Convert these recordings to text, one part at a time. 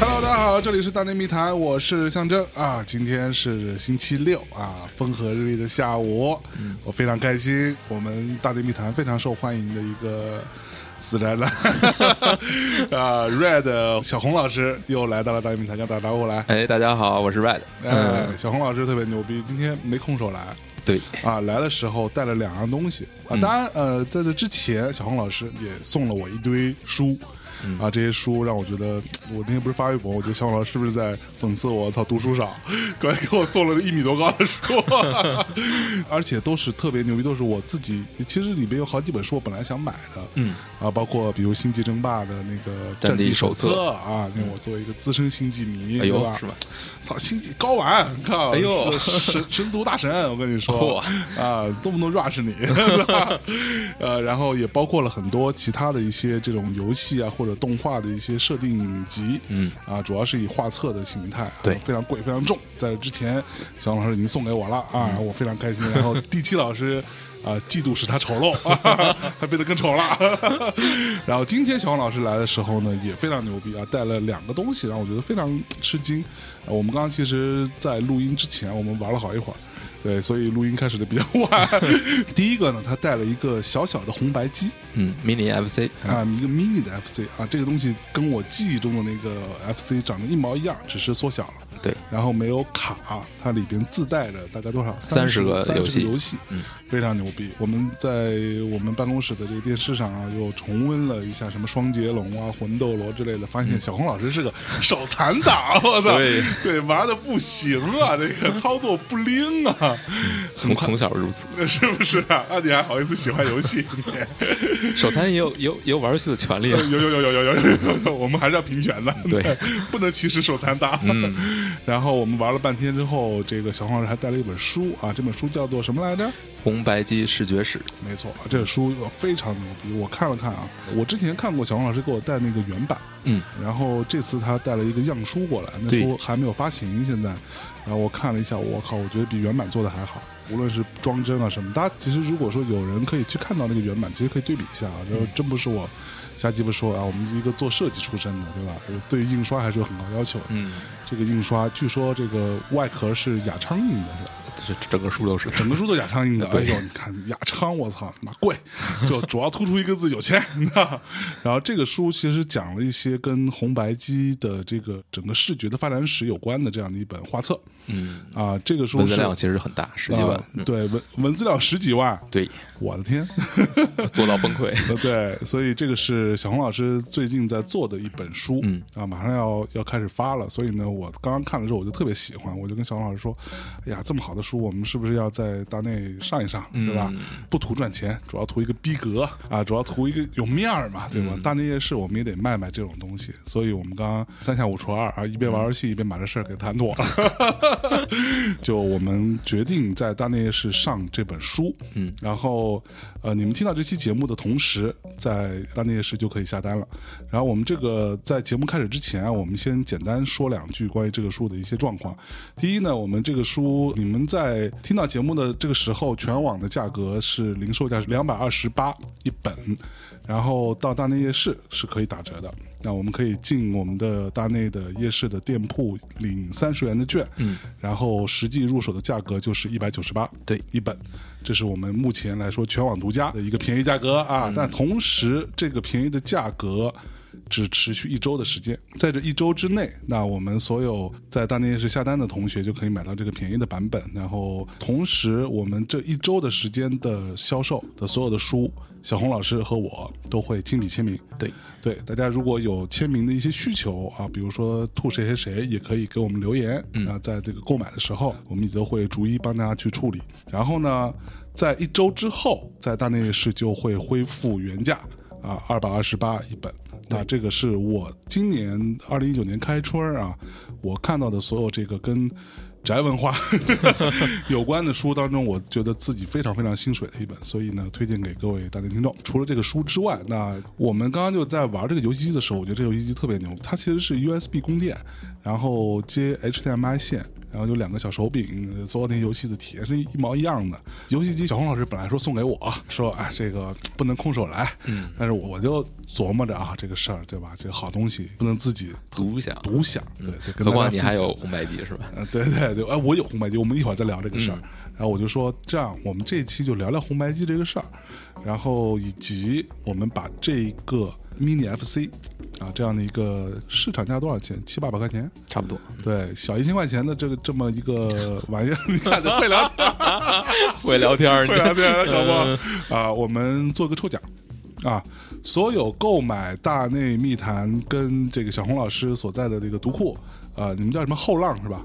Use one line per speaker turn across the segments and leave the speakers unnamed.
Hello，大家好，这里是大内密谈，我是象征啊。今天是星期六啊，风和日丽的下午，我非常开心。我们大内密谈非常受欢迎的一个死宅男 啊，Red 小红老师又来到了大内密谈，跟大家打招呼来。
哎，大家好，我是 Red。
哎，
嗯
小红老师特别牛逼，今天没空手来
对，
啊，来的时候带了两样东西啊。
嗯
当然，呃，在这之前，小红老师也送了我一堆书。
嗯
啊，这些书让我觉得，我那天不是发微博，我觉得小红老师是不是在讽刺我？操，读书少，赶紧给我送了一米多高的书， 而且都是特别牛逼，都是我自己。其实里边有好几本书我本来想买的，嗯，啊，包括比如《星际争霸》的那个《
战地
地
手册嗯
册》啊，那我作为一个资深星际迷，
哎
对
呦
吧？
是吧？
操，星际高玩，靠！
哎呦
神神族大神，我跟你说，啊，动不动 rush 你， 呃，然后也包括了很多其他的一些这种游戏啊或者动画的一些设定集，嗯，啊，主要是以画册的形态，啊
对
非常贵，非常重。在之前，小王老师已经送给我了啊，我非常开心。然后第七老师。啊，嫉妒使他丑陋，他变得更丑了。 然后今天小王老师来的时候呢，也非常牛逼啊，带了两个东西，让我觉得非常吃惊。呃我们刚刚其实，在录音之前，我们玩了好一会儿，对，所以录音开始的比较晚。第一个呢，他带了一个小小的红白机
嗯，Mini FC。
啊，一个 mini 的 FC 啊，这个东西跟我记忆中的那个 FC 长得一毛一样，只是缩小了。
对，
然后没有卡，它里边自带了大概多少
30个
三
游
十
戏嗯
个游戏，非常牛逼。我们在我们办公室的这个电视上啊，又重温了一下什么双截龙啊、魂斗罗之类的，发现小红老师是个手残党，我操，
嗯对
对，玩的不行啊，这个操作不灵啊，
从从小如此，
是不是啊？那你还好意思喜欢游戏？ 你
手残也有 也有也有玩游戏的权利啊
有。有有有有有有有有，我们还是要平权的，
对，
不能歧视手残党。然后我们玩了半天之后，这个小黄老师还带了一本书啊，这本书叫做什么来着？
红白机视觉史，
没错，啊这本书呃非常牛逼，我看了看啊，我之前看过小黄老师给我带那个原版，
嗯，
然后这次他带了一个样书过来，那
对
书还没有发行，现在，然后我看了一下，我靠，我觉得比原版做的还好，无论是装帧啊什么，大家其实如果说有人可以去看到那个原版，其实可以对比一下啊，
嗯
然后真不是我瞎鸡巴说啊，我们一个做设计出身的，对吧？对于印刷还是有很高要求的。
嗯，
这个印刷据说这个外壳是雅昌印的，是吧？
这整个书都是。
整个书都雅昌印的。哎呦，你看雅昌，我操，妈贵！ 就主要突出一个字，有钱。 你知道然后这个书其实讲了一些跟红白机的这个整个视觉的发展史有关的这样的一本画册。嗯，啊，这个书
文
是
字量其实很大，十几万嗯
啊，，对文文字量十几万，
对，
我的天！
做到崩溃。
呃， 对，所以这个是小红老师最近在做的一本书，嗯啊，马上要要开始发了，所以呢，我刚刚看了之后我就特别喜欢，我就跟小红老师说，哎呀，这么好的书，我们是不是要在大内上一上，是吧？不图赚钱，主要图一个逼格啊，主要图一个有面儿嘛，对吧？大内夜市我们也得卖卖这种东西，所以我们刚刚三下五除二啊，一边玩游戏一边把这事儿给谈妥了。 就我们决定在大内夜市上这本书，嗯，然后呃，你们听到这期节目的同时，在大内夜市就可以下单了。然后我们这个在节目开始之前啊，我们先简单说两句关于这个书的一些状况。第一呢，我们这个书你们在听到节目的这个时候，全网的价格是零售价是两百二十八一本，然后到大内夜市是可以打折的。那我们可以进我们的大内的夜市的店铺领三十元的券，嗯，然后实际入手的价格就是一百九十八，
对
一本，这是我们目前来说全网独家的一个便宜价格啊。但同时，这个便宜的价格。只持续一周的时间，在这一周之内，那我们所有在大内夜市下单的同学就可以买到这个便宜的版本。然后，同时我们这一周的时间的销售的所有的书，小红老师和我都会亲笔签名。
对，
对，大家如果有签名的一些需求啊，比如说兔谁谁谁，也可以给我们留言、啊，在这个购买的时候，我们也都会逐一帮大家去处理。然后呢，在一周之后，在大内夜市就会恢复原价啊，二百二十八一本。那这个是我今年二零一九年开春儿啊，我看到的所有这个跟。宅文化 有关的书当中，我觉得自己非常非常心水的一本，所以呢，推荐给各位大家听众。除了这个书之外，那我们刚刚就在玩这个游戏机的时候，我觉得这个游戏机特别牛，它其实是 USB 供电，然后接 HDMI 线。然后有两个小手柄，所有那些游戏的体验是一毛一样的。游戏机小红老师本来说送给我说啊，这个不能空手来，嗯，但是我就琢磨着啊，这个事儿对吧？这个好东西不能自己
独享，
独享，对对。跟大
何
家
况你
分
还
享
有红白机是吧？
呃，对对对，哎，我有红白机，我们一会儿再聊这个事儿。然后我就说，这样，我们这一期就聊聊红白机这个事儿，然后以及我们把这个 mini FC 啊这样的一个市场价多少钱？七八百块钱，
差不多，
对，小一千块钱的这个这么一个玩意儿，你看就会聊天儿，
会聊天儿，你
会聊天了，可不？啊，我们做个抽奖。啊，所有购买大内密谈跟这个小红老师所在的这个读库，啊，你们叫什么后浪是吧？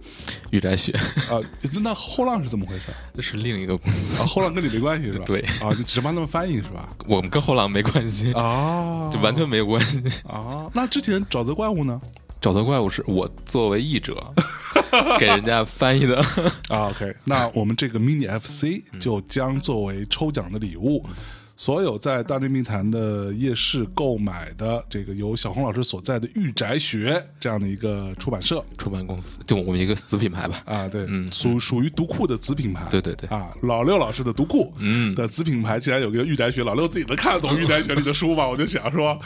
玉宅雪，
啊，那那后浪是怎么回事？
这是另一个公司，
啊，后浪跟你没关系是吧？
对
啊，你只是帮他们翻译是吧？
我们跟后浪没关系，
啊，
这完全没有关系。
啊。那之前沼泽怪物呢？
找到怪物是我作为译者给人家翻译的，
啊，OK，那我们这个 mini FC
嗯
就将作为抽奖的礼物。所有在大内密谈的夜市购买的这个由小红老师所在的御宅学这样的一个出版社
出版公司就我们一个子品牌吧。
啊，对，属属于读库的子品牌，
嗯对对对
啊，老六老师的读库，嗯，的子品牌竟然有个御宅学，老六自己能看得
嗯
懂御宅学里的书吧？我就想 说，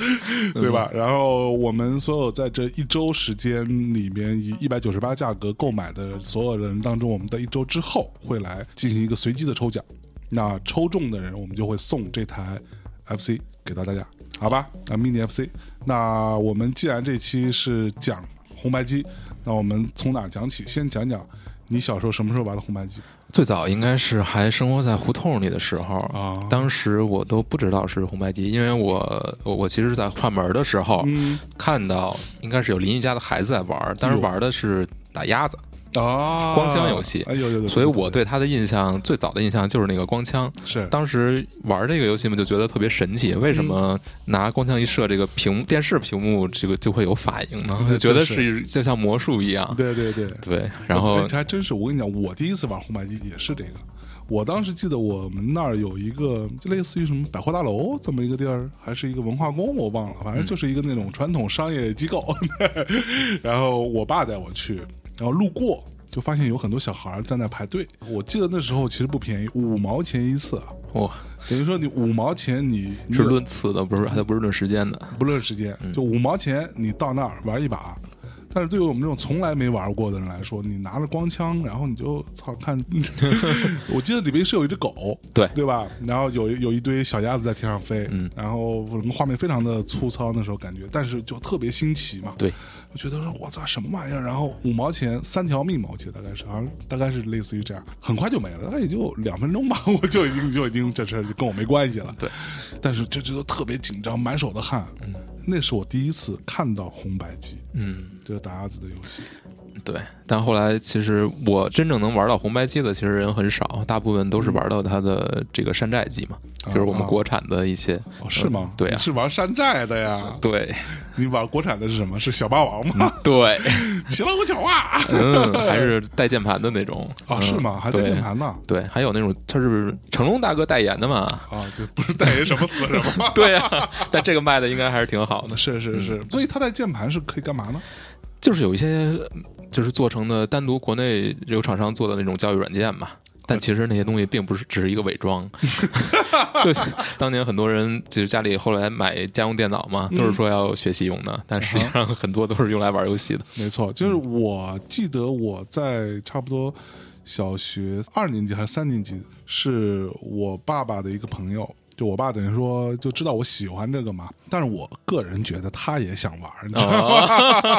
对吧？然后我们所有在这一周时间里面以一百九十八价格购买的所有人当中，我们在一周之后会来进行一个随机的抽奖，那抽中的人我们就会送这台 FC 给到大家，好吧？啊，mini FC，那我们既然这期是讲红白机，那我们从哪儿讲起？先讲讲。你小时候什么时候玩的红白机？
最早应该是还生活在胡同里的时候，
啊
当时我都不知道是红白机，因为我我我其实，在串门的时候、看到应该是有邻居家的孩子在玩，当
哎
时
呦
玩的是打鸭子，
啊，
光枪游戏
哎呦呦呦，
所以我对他的印象最早的印象就是那个光枪。
是
当时玩这个游戏嘛，就觉得特别神奇。为什
嗯
么拿光枪一射，这个屏电视屏幕这个就会有反应 呢？
嗯
就觉得
真
是就像魔术一样。
对对对，
对，然后
哎还真是，我跟你讲，我第一次玩红白机也是这个。我当时记得我们那儿有一个就类似于什么百货大楼这么一个地儿，还是一个文化宫，我忘了，反
嗯
正就是一个那种传统商业机构。 然后我爸带我去，然后路过就发现有很多小孩儿站在排队。我记得那时候其实不便宜，五毛钱一次，啊
哇，
等于说你五毛钱你你
是
有
论次的，不是还不是论时间的。
不论时间，
嗯
就五毛钱你到那儿玩一把。但是对于我们这种从来没玩过的人来说，你拿着光枪，然后你就操 看，我记得里面是有一只狗，
对嗯
对吧？然后有有一堆小鸭子在天上飞，然后整个画面非常的粗糙，那时候感觉，但是就特别新奇嘛。
对，
我觉得说我操什么玩意儿，然后五毛钱三条命嘛，我记得大概是，好像大概是类似于这样，很快就没了，大概也就两分钟吧， 我就已经就已经这事儿就跟我没关系了。
对，
但是就觉得特别紧张，满手的汗。那是我第一次看到红白机，
嗯，
就是打鸭子的游戏。
对。但后来其实我真正能玩到红白机的，其实人很少，大部分都
嗯
是玩到它的这个山寨机嘛，就是我们国产的一些。
啊哦，是吗？
对啊
你是玩山寨的呀？
对
你玩国产的是什么？是小霸王吗？
对，
骑了我脚 啊！
嗯，还是带键盘的那种。
哦，
嗯
是吗？还带
对
键盘呢？
对，还有那种他是成龙大哥代言 的嘛？。
啊，对，不是带人什么死什么
对呀、
啊
但这个卖的应 该还是挺好的，
是是是，所以他带键盘是可以干嘛呢？
就是有一些嗯就是做成的单独国内有厂商做的那种教育软件嘛。但其实那些东西并不是只是一个伪 装，就当年很多人其实家里后来买家用电脑嘛，
嗯
都是说要学习用的，但实际上很多都是用来玩游戏的。
没错，就是我记得我在差不多小学二年级还是三年级，是我爸爸的一个朋友。就我爸等于说就知道我喜欢这个嘛，但是我个人觉得他也想玩，你知道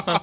吗？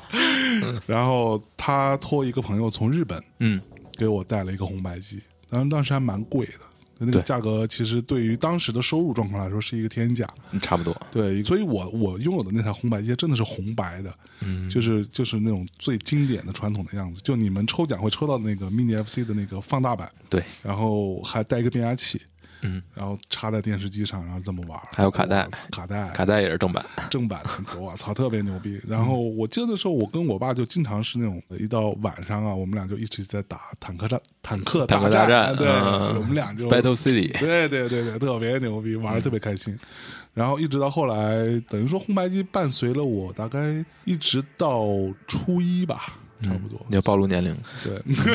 然后他托一个朋友从日本
嗯，
给我带了一个红白机，然后当时还蛮贵的，那个
对
价格其实对于当时的收入状况来说是一个天价。
差不多。
对，所以我我拥有的那台红白机真的是红白的，嗯，就是就是那种最经典的传统的样子。就你们抽奖会抽到那个 mini FC 的那个放大版，
对，
然后还带一个变压器，
嗯，
然后插在电视机上，然后这么玩。
还有卡带，
卡带，
卡带也是正版。
正版的，我操，特别牛逼。然后我记得那时候，我跟我爸就经常是那种一到晚上啊，我们俩就一直在打坦克战、坦克
坦克
大
大战
对，
嗯
我们俩就
Battle City，
对对对对，特别牛逼，玩的特
嗯
别开心。然后一直到后来，等于说红白机伴随了我，大概一直到初一吧，差不多。
嗯你要暴露年龄。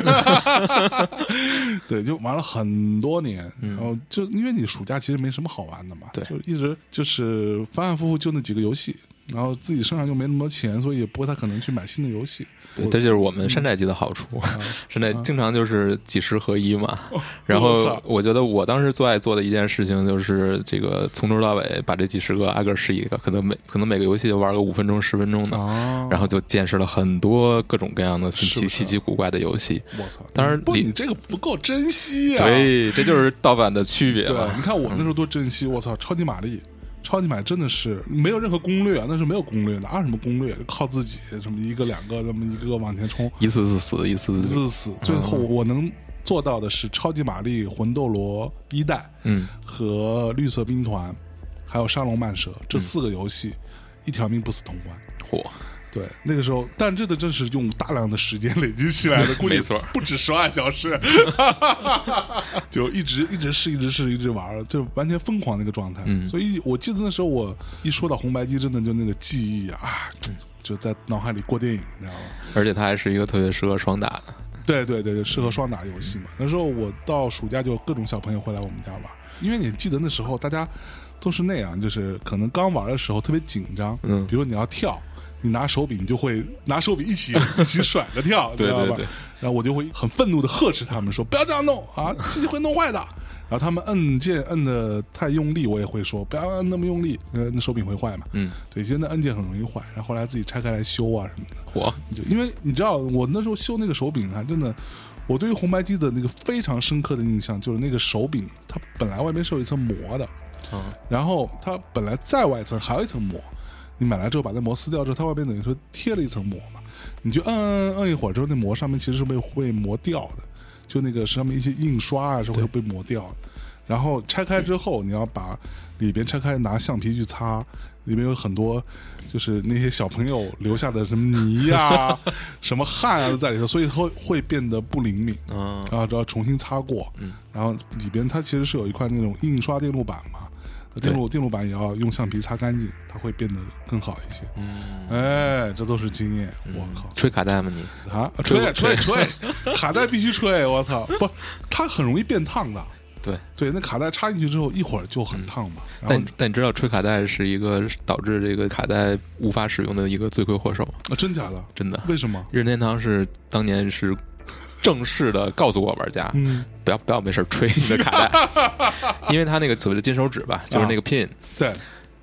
对， 对，就玩了很多年，然后就因为你暑假其实没什么好玩的嘛，
嗯对
就一直就是反反复复就那几个游戏，然后自己身上又没那么多钱，所以也不太可能去买新的游戏。
对，这就是我们山寨机的好处。
嗯啊
山寨经常就是几十合一嘛。然
哦我
后
操
我觉得我当时最爱做的一件事情就是这个从头到尾把这几十个挨个试一个，可能每可能每个游戏就玩个五分钟十分钟的，
啊，
然后就见识了很多各种各样的稀
是
奇
不是
稀奇古怪的游戏。
我操！
当然
不，
你
你这个不够珍惜啊。
对，这就是盗版的区别
对，
了。
你看我那时候多珍惜，我操，超级玛丽。超级玛丽真的是没有任何攻略，那是没有攻略，哪有什么攻略？靠自己，什么一个两个，这么一个个往前冲，
一次次死，一次次
日死。最后我能做到的是超级玛丽、魂斗罗一代，
嗯，
和绿色兵团，还有沙龙慢蛇这四个游戏，一条命不死通关。
火。
对，那个时候，但这个真是用大量的时间累积起 来的，估计
没错
不止十万小时， 就一直一直试，一直试，一直玩，就完全疯狂的一个状态。
嗯
所以我记得那时候，我一说到红白机，真的就那个记忆啊，
嗯
就在脑海里过电影，你知道吗？
而且它还是一个特别适合双打的。
对对对对，适合双打游戏嘛。
嗯
那时候我到暑假就有各种小朋友会来我们家玩，因为你记得那时候大家都是那样，就是可能刚玩的时候特别紧张，
嗯
比如你要跳。你拿手柄，你就会 拿手柄一起一起甩着跳，
对
知道吧？
对对
然后我就会很愤怒的呵斥他们说：“不要这样弄 啊，机器会弄坏的。”然后他们摁键摁的太用力，我也会说：“不要摁那么用力，呃，那手柄会坏嘛。”
嗯，
对，其实那按键很容易坏。然后后来自己拆开来修啊什么的。
火，
对因为你知道，我那时候修那个手柄啊，真的，我对于红白机的那个非常深刻的印象就是那个手柄，它本来外面是有一层膜的，
嗯，
然后它本来再外层还有一层膜，你买来之后把那膜撕掉之后，它外面等于说贴了一层膜嘛，你就摁摁摁一会儿之后，那膜上面其实是被会磨掉的，就那个上面一些印刷啊是会被磨掉的。然后拆开之后，你要把里边拆开，拿橡皮去擦，里面有很多就是那些小朋友留下的什么泥呀、什么汗啊都在里头，所以会会变得不灵敏。
嗯，
然后只要重新擦过，然后里边它其实是有一块那种印刷电路板嘛，电路电路板也要用橡皮擦干净，它会变得更好一些。嗯，哎，这都是经验，我靠。
吹卡带吗你？
啊，
嗯吹
吹吹吹， 卡带必须吹！我操，不，它很容易变烫的。
对，
对，那卡带插进去之后，一会儿就很烫嘛。然
嗯但
后
但你知道吹卡带是一个导致这个卡带无法使用的一个罪魁祸首吗，
啊真假的？
真的。
为什么？
任天堂是当年是正式的告诉过玩家，
嗯，
不要不要没事儿吹你的卡带， 因为它那个所谓的金手指吧，
啊
就是那个 pin，、
对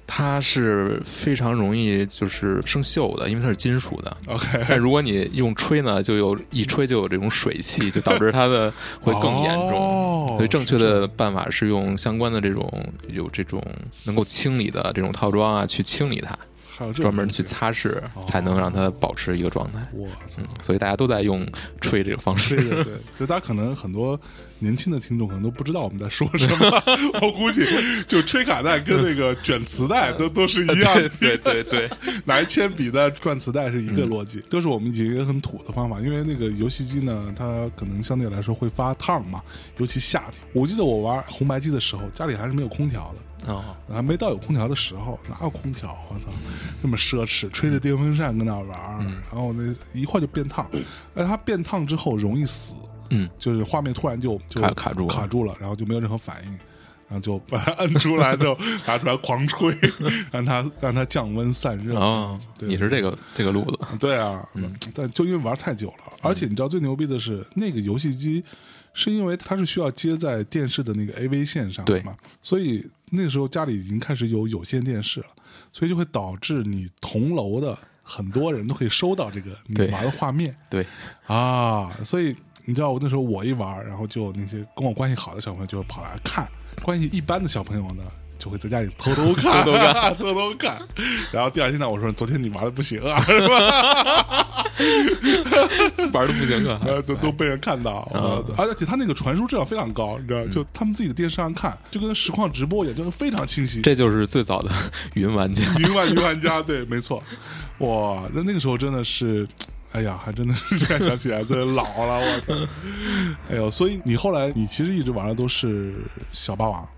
它是非常容易就是生锈的，因为它是金属的。
，OK，
但如果你用吹呢，就有一吹就有这种水汽，就导致它的会更严重。
哦
所以正确的办法是用相关的这种有这种能够清理的这种套装啊，去清理它，
还有这种
专门
东
去
西。
擦嗯拭，才能让它保持一个状态。
我操！
所以大家都在用吹这个方
对
式。
对 对，所以大家可能很多年轻的听众可能都不知道我们在说什么， 我估计就吹卡带跟那个卷磁带 都都是一样的，
对对 对，
拿一铅笔在转磁带是一个逻
嗯
辑，都是我们几个很土的方法。因为那个游戏机呢，它可能相对来说会发烫嘛，尤其夏天。我记得我玩红白机的时候，家里还是没有空调的，
哦，
还没到有空调的时候，哪有空调啊？我操，这么奢侈，吹着电风扇跟那玩儿，
嗯
然后那一块就变烫，而它变烫之后容易死，
嗯，
就是画面突然就就
卡卡住了
卡住了，然后就没有任何反应，然后就把它 摁出 来之后拿出来狂吹， 让它让它降温散热。
哦，
对
你是这个这个路子，
对啊，
嗯
但就因为玩太久了，而且你知道最牛逼的是，那个游戏机是因为它是需要接在电视的那个 AV 线上的
对
嘛，所以那个时候家里已经开始有有线电视了，所以就会导致你同楼的很多人都可以收到这个你
对
玩的画面
对，
啊，所以。你知道我那时候我一玩，然后就那些跟我关系好的小朋友就会跑来看，关系一般的小朋友呢就会在家里偷偷看，
偷偷看，
偷偷看。然后第二天呢，我说昨天你玩的不行啊，是吧？
玩的不行 啊，
呃都都被人看到。呃
嗯
而且他那个传输质量非常高，你知道，就他们自己的电视上看，就跟实况直播一样，就是非常清晰。
这就是最早的云玩家。
云玩云玩家，对，没错。哇，那那个时候真的是。哎呀，还真的是 现在想起来，真的老了，我操！哎呦，所以你后来你其实一直玩的都是小霸王啊、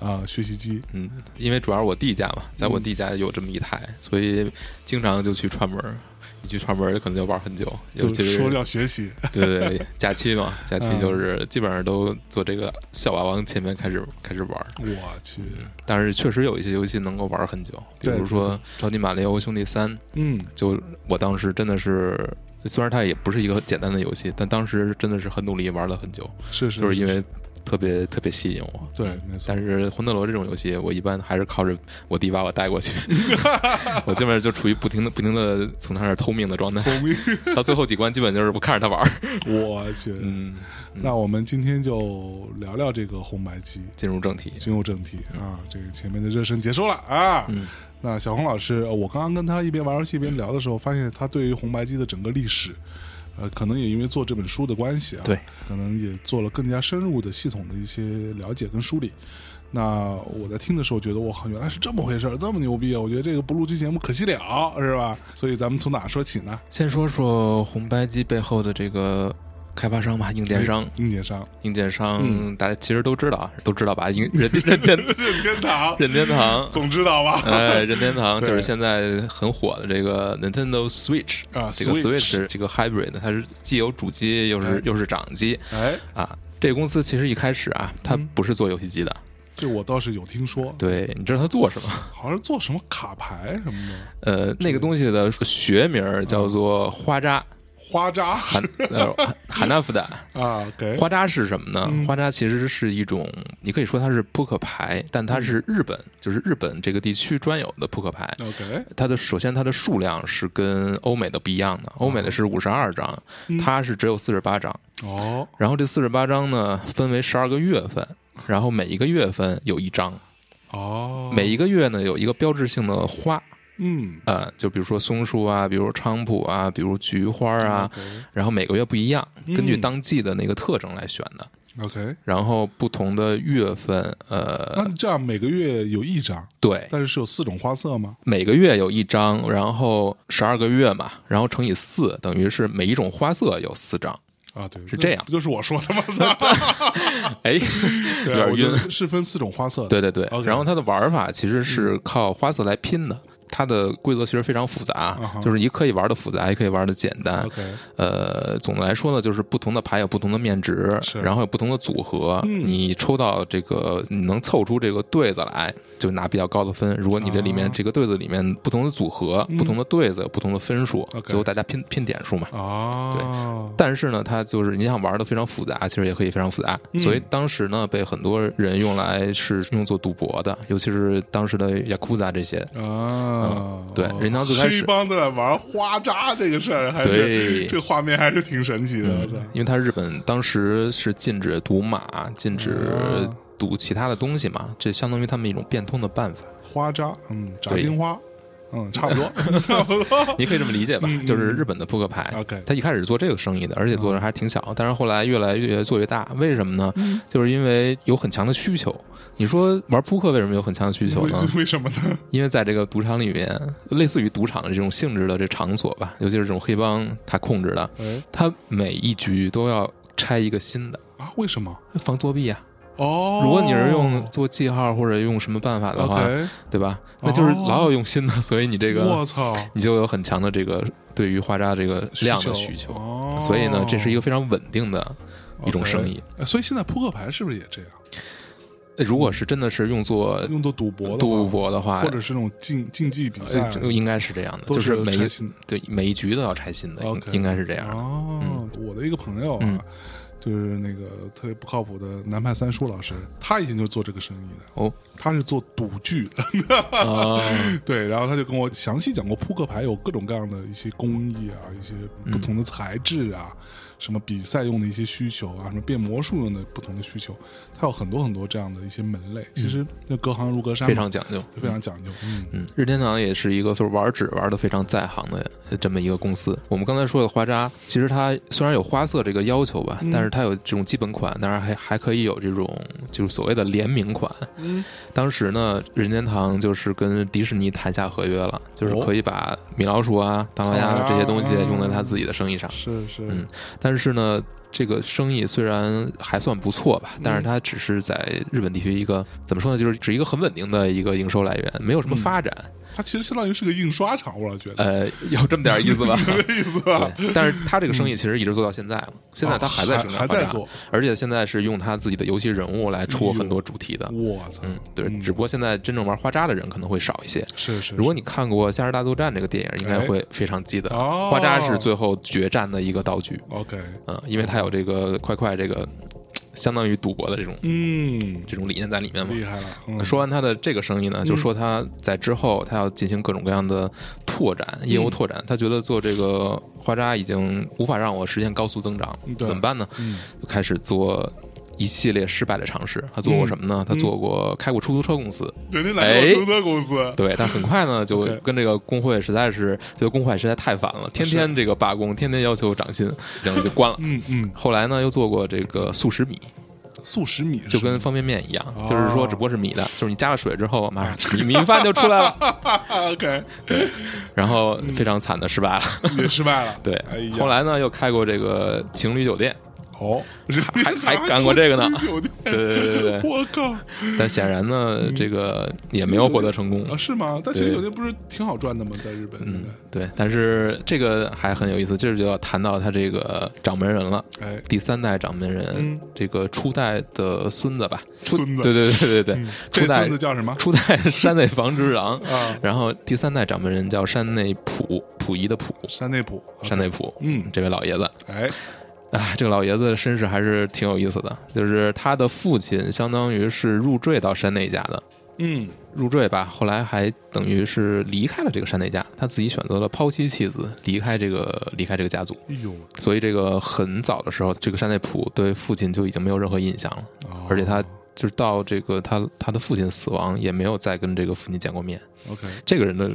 啊
对，
学习机，
嗯，因为主要是我弟家嘛，在我弟家有这么一台，所以经常就去串门儿。一去串门儿可能就玩很久，尤
就
其是
说要学习，
对对对，假 期嘛，假期
嗯
就是基本上都坐这个小霸王前面开始开始玩儿。
我去，
但是确实有一些游戏能够玩儿很久，比
对
如
对
说《超级马里奥兄弟三》，
嗯，
就我当时真的是，虽然它也不是一个简单的游戏，但当时真的是很努力玩了很久，
是是，
就是因为特别特别吸引我。
对，没错
但，是魂斗罗这种游戏，我一般还是靠着我弟把我带过 去，我基本上就处于不停的、不停的从他那儿偷命的状态，
聪明，
到最后几关基本就是我看着他玩儿。
我去。
嗯，
那我们今天就聊聊这个红白机，
进入正题，
进入正题啊，这个前面的热身结束了啊。
嗯
那小红老师，呃我刚刚跟他一边玩游戏一边聊的时候，发现他对于红白机的整个历史，呃，可能也因为做这本书的关系啊，
对，
可能也做了更加深入的系统的一些了解跟梳理。那我在听的时候觉得，哇，原来是这么回事儿，这么牛逼啊！我觉得这个不录期节目可惜了，是吧？所以咱们从哪说起呢？
先说说红白机背后的这个开发商吧，硬件商，
硬件商，
硬件
嗯
商大家其实都知道啊，都知道吧？硬 任任任
任天堂，，
任天 堂
总知道吧？
哎，任天堂
对
就是现在很火的这个 Nintendo Switch。
啊
这个
Switch，
Switch 这个 Hybrid，它是既有主机又是
哎
又是掌机
哎，
啊。这个公司其实一开始啊，它
嗯
不是做游戏机的。
这我倒是有听说，
对，你知道它做 什么？
好像是做什么卡牌什么啊的，
呃，那个东西的学名儿叫做花渣，
花渣
韩呃韩韩纳夫的。
啊，给
花渣是什么呢？
嗯
花渣其实是一种，你可以说它是扑克牌，但它是
嗯
日本，就是日本这个地区专有的扑克牌。
OK，
它的首先它的数量是跟欧美的不一样的，欧美的是五十二张，
哦嗯
它是只有四十八张。
哦，
然后这四十八张呢，分为十二个月份，然后每一个月份有一张，
哦，
每一个月呢有一个标志性的花，
嗯
呃，就比如说松树啊，比如菖蒲啊，比如菊花
哦
啊，
，OK，
然后每个月不一样，根据
嗯
当季的那个特征来选的。
，OK，
然后不同的月份，呃，
那这样每个月有一张，
对，
但是是有四种花色吗？
每个月有一张，然后十二个月嘛，然后乘以四，等于是每一种花色有四张。
啊，对，
是
那
这样
不就是我说的吗？操
哎，
对
有点
啊，我觉
晕
得是分四种花色的，
对对对
OK
然后它的玩法其实是靠花色来拼的。它的规则其实非常复杂
哈
就是你可以玩的复杂，也可以玩的简单。
，OK，
呃，总的来说呢，就是不同的牌有不同的面值
是，嗯
然后有不同的组合。你抽到这个，你能凑出这个对子来，就拿比较高的分。如果你这里面、
啊嗯
这个对子里面不同的组合、不同的对子有不同的分数，
OK
最后大家拼拼点数嘛。
哦，
但是呢，它就是你想玩的非常复杂，其实也可以非常复杂。
嗯
所以当时呢，被很多人用来是用作赌博的，尤其是当时的雅库扎这些。
啊，
对
哦
人家最开始
黑帮在玩花渣这个事儿，还是
对
这个画面还是挺神奇的，我操
嗯因为它日本当时是禁止赌马，禁止
啊
赌其他的东西嘛，这相当于他们一种变通的办法，
花渣，嗯，炸
对
金花，嗯，差不 多，差不多，
你可以这么理解
嗯
吧，就是日本的扑克牌。
OK
他一开始做这个生意的，而且
哦
做的还挺小，但是后来越来越做越大，为什么呢？
嗯
就是因为有很强的需求。你说玩扑克为什么有很强的需求
为
呢？
为什么呢？
因为在这个赌场里面，类似于赌场的这种性质的这场所吧，尤其是这种黑帮他控制的，
哎
他每一局都要拆一个新的，
啊，为什么？
防作弊啊。
哦，
如果你是用做记号或者用什么办法的话，
OK，
对吧？那就是
哦
老有用心的，所以你这个
我操，
你就有很强的这个对于花渣这个量的需求。
哦、
所以呢，这是一个非常稳定的一种生意。
OK 哎所以现在扑克牌是不是也这样？
如果是真的是用作
用作赌博的话
呃赌，博的话
或，者是那种竞竞技比赛啊
呃，就应该是这样的，
都
就是
是
每
拆
一
新的
对每一局都要拆新的，
OK
应应该是这样。
哦、我的一个朋友啊。
嗯
就是那个特别不靠谱的南派三叔老师，他以前就做这个生意的。
哦，
他是做赌具的，
啊，
对，然后他就跟我详细讲过扑克牌有各种各样的一些工艺啊，一些不同
嗯
的材质啊，什么比赛用的一些需求啊，什么变魔术用的不同的需求，它有很多很多这样的一些门类。其实那隔行如隔山嘛，
嗯非常讲究。
非常讲究。嗯，
嗯，任天堂也是一个就是玩纸玩的非常在行的呃这么一个公司。我们刚才说的花渣，其实它虽然有花色这个要求吧，但是它有这种基本款，当然还还可以有这种就是所谓的联名款。
嗯，
当时呢，任天堂就是跟迪士尼谈下合约了，就是可以把米老鼠啊、唐老鸭
唐老鸭
这些东西用在他自己的生意上。
是是，
嗯但是呢，这个生意虽然还算不错吧，但是它只是在日本地区一个怎么说呢，就是只一个很稳定的一个营收来源，没有什么发展。
它其实相当于是个印刷厂，我老觉得，
呃，有这么点意 思吧？
有这意思吧？
对，但是他这个生意其实一直做到现在了，现在他还在
啊
生产、
还在做，
而且现在是用他自己的游戏人物来出
哎呦
很多主题的。
我操，
嗯，对，
嗯
只不过现在真正玩花渣的人可能会少一些。
是是。
如果你看过《夏日大作战》这个电影，应该
哎
会非常记得，
哦
花渣是最后决战的一个道具。
OK，
嗯，因为它有这个快快这个，相当于赌博的这种
嗯，
这种理念在里面嘛。
厉害了。嗯
说完他的这个生意呢，就说他在之后他要进行各种各样的拓展，业
嗯
务拓展。他觉得做这个花渣已经无法让我实现高速增长
嗯，对
怎么办呢？
嗯
就开始做。一系列失败的尝试，他
嗯
做过什么呢？他做过开过出租车公司，
人家来过
哎
出租车公司，
对，但很快 呢就
对
跟这个工会实在是，这个工会实在太烦了，天天这个罢工，天天要求涨薪，然后就关了。
嗯嗯，
后来呢又做过这个速食米，
素食米是
就跟方便面一样
哦，
就是说只不过是米的，就是你加了水之后，马 上米米饭就出来了。
OK
然后非常惨的失败了。
也失败了。
对
哎，呀，
后来呢又开过这个情侣酒店，
哦，
还还干过这个呢
人家酒店
对对对对对，
我靠
但显然呢这个也没有获得成功。
啊，是吗？但其实
对嗯
酒店不是挺好赚的吗？在日本应
对，但是这个还很有意思，这就要谈到他这个掌门人了。
该，哎，
第三代掌门人，
嗯
这个初代的孙子吧，初
孙子嗯
对对对对对，初
这
代
孙子叫什么？
初代山内房之郎，
啊，
然后第三代掌门人叫山内溥，溥仪的溥，
山内普，
山内溥，
嗯
这位老爷子，
哎，
哎，这个老爷子的身世还是挺有意思的，就是他的父亲相当于是入赘到山内家的，
嗯，
入赘吧，后来还等于是离开了这个山内家，他自己选择了抛妻弃子，离开这个离开这个家族，
哎呦，
所以这个很早的时候，这个山内溥对父亲就已经没有任何印象了，
哦
而且他就是到这个他他的父亲死亡也没有再跟这个父亲见过面，
OK
这个人的。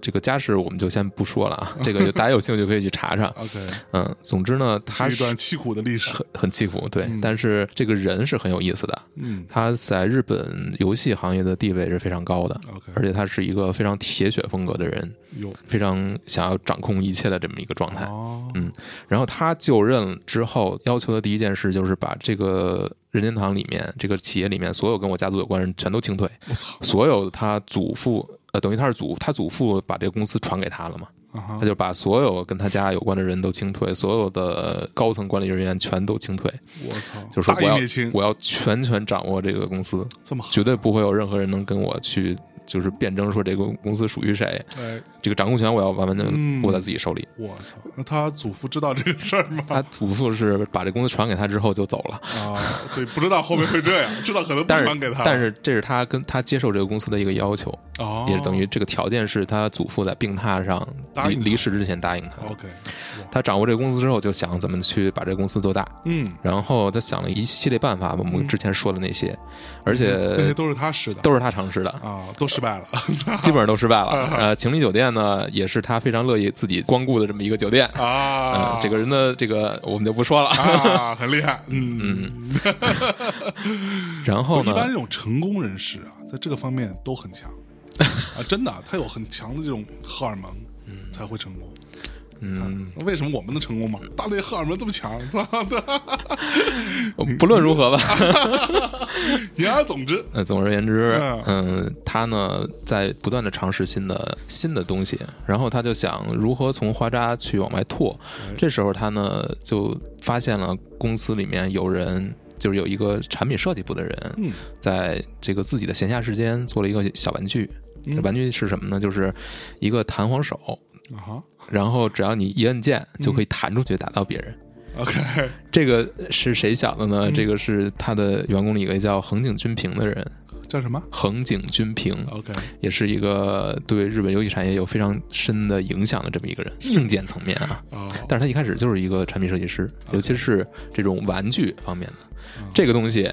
这个家世我们就先不说了啊，这个就大家有兴趣可以去查查。
OK，
嗯，总之呢，他
是一
是
段凄苦的历史，
很很气服，对、
嗯
但是这个人是很有意思的，
嗯
他在日本游戏行业的地位是非常高的，
，OK，
而且他是一个非常铁血风格的人，
有
非常想要掌控一切的这么一个状态。
哦，
然后他就任之后，要求的第一件事就是把这个任天堂里面这个企业里面所有跟我家族有关人全都清退，
我操，
所有他祖父。呃，等于他是祖，他祖父把这个公司传给他了嘛，
啊哈
他就把所有跟他家有关的人都清退，所有的高层管理人员全都清退，
我操，
就是说
大
我
义
要
灭亲，
我要全权掌握这个公司，
这么好，
绝对不会有任何人能跟我去就是辩证说这个公司属于谁，
哎，
这个掌控权我要完完全
嗯
全握在自己手里。
我操，那他祖父知道这个事儿吗？
他祖父是把这公司传给他之后就走了，
啊，所以不知道后面会这 样，知道可能不
但
传给
是
他，
但是这是他跟他接受这个公司的一个要求，
哦，
也等于这个条件是他祖父在病榻上
答
离
应他哦
离世之前答应他。
OK，哇
他掌握这个公司之后，就想怎么去把这个公司做大。
嗯，
然后他想了一系列办法，我们之前说的那些，
嗯
而且
那 些都是他使的，
都是他尝试的。
啊，都失 败了，
基本上都失败了。
嗯
呃，情侣酒店呢，也是他非常乐意自己光顾的这么一个酒店。
啊
呃，，这个人的这个我们就不说了。
啊，很厉害，嗯嗯。
然后
一般
呢
这，种成功人士啊，在这个方面都很 强啊，真的啊，他有很强的这种荷尔蒙，才会成功。嗯，为什么我们能成功嘛？大队荷尔蒙这么强，操的！嗯
不论如何吧，
言而总之，
呃，总而言之
嗯，
嗯，他呢在不断的尝试新的新的东西，然后他就想如何从花渣去往外拓。
哎
这时候他呢就发现了公司里面有人。就是有一个产品设计部的人
嗯，
在这个自己的闲暇时间做了一个小玩具。
嗯
这玩具是什么呢？就是一个弹簧手，
啊哈
然后只要你一摁键，就可以弹出去打到别人。
，OK，
这个是谁想的呢？这个是他的员工里有一个叫横井军平的人，
叫什么
横井军平，
？OK，
也是一个对日本游戏产业有非常深的影响的这么一个人，硬件层面啊。
哦，
但是他一开始就是一个产品设计师，尤其是这种玩具方面的这个东西。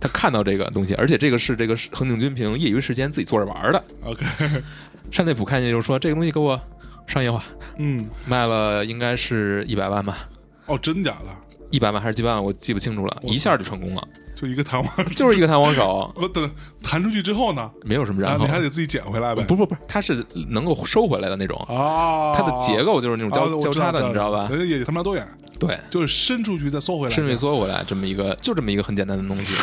他看到这个东西，而且这个是这个横井军平业余时间自己坐着玩的。
OK，
山内普看见就说：“这个东西给我商业化，
嗯，
卖了应该是一百万吧，
哦，真假的，
一百万还是几百万，我记不清楚了，
我操
一下就成功了，
就一个弹簧，
就是一个弹簧手，
不等弹出去之后呢，
没有什么
然
然
后
后
你。还得自己捡回来呗。
不不不，它是能够收回来的那种，
啊，
它的结构就是那种
啊
交
我
交叉哦的，你知道吧？
人家也他妈多远，
对，
就是伸出去再缩回来，
伸
这
缩
样
缩回来这么一个，就这么一个很简单的东 西，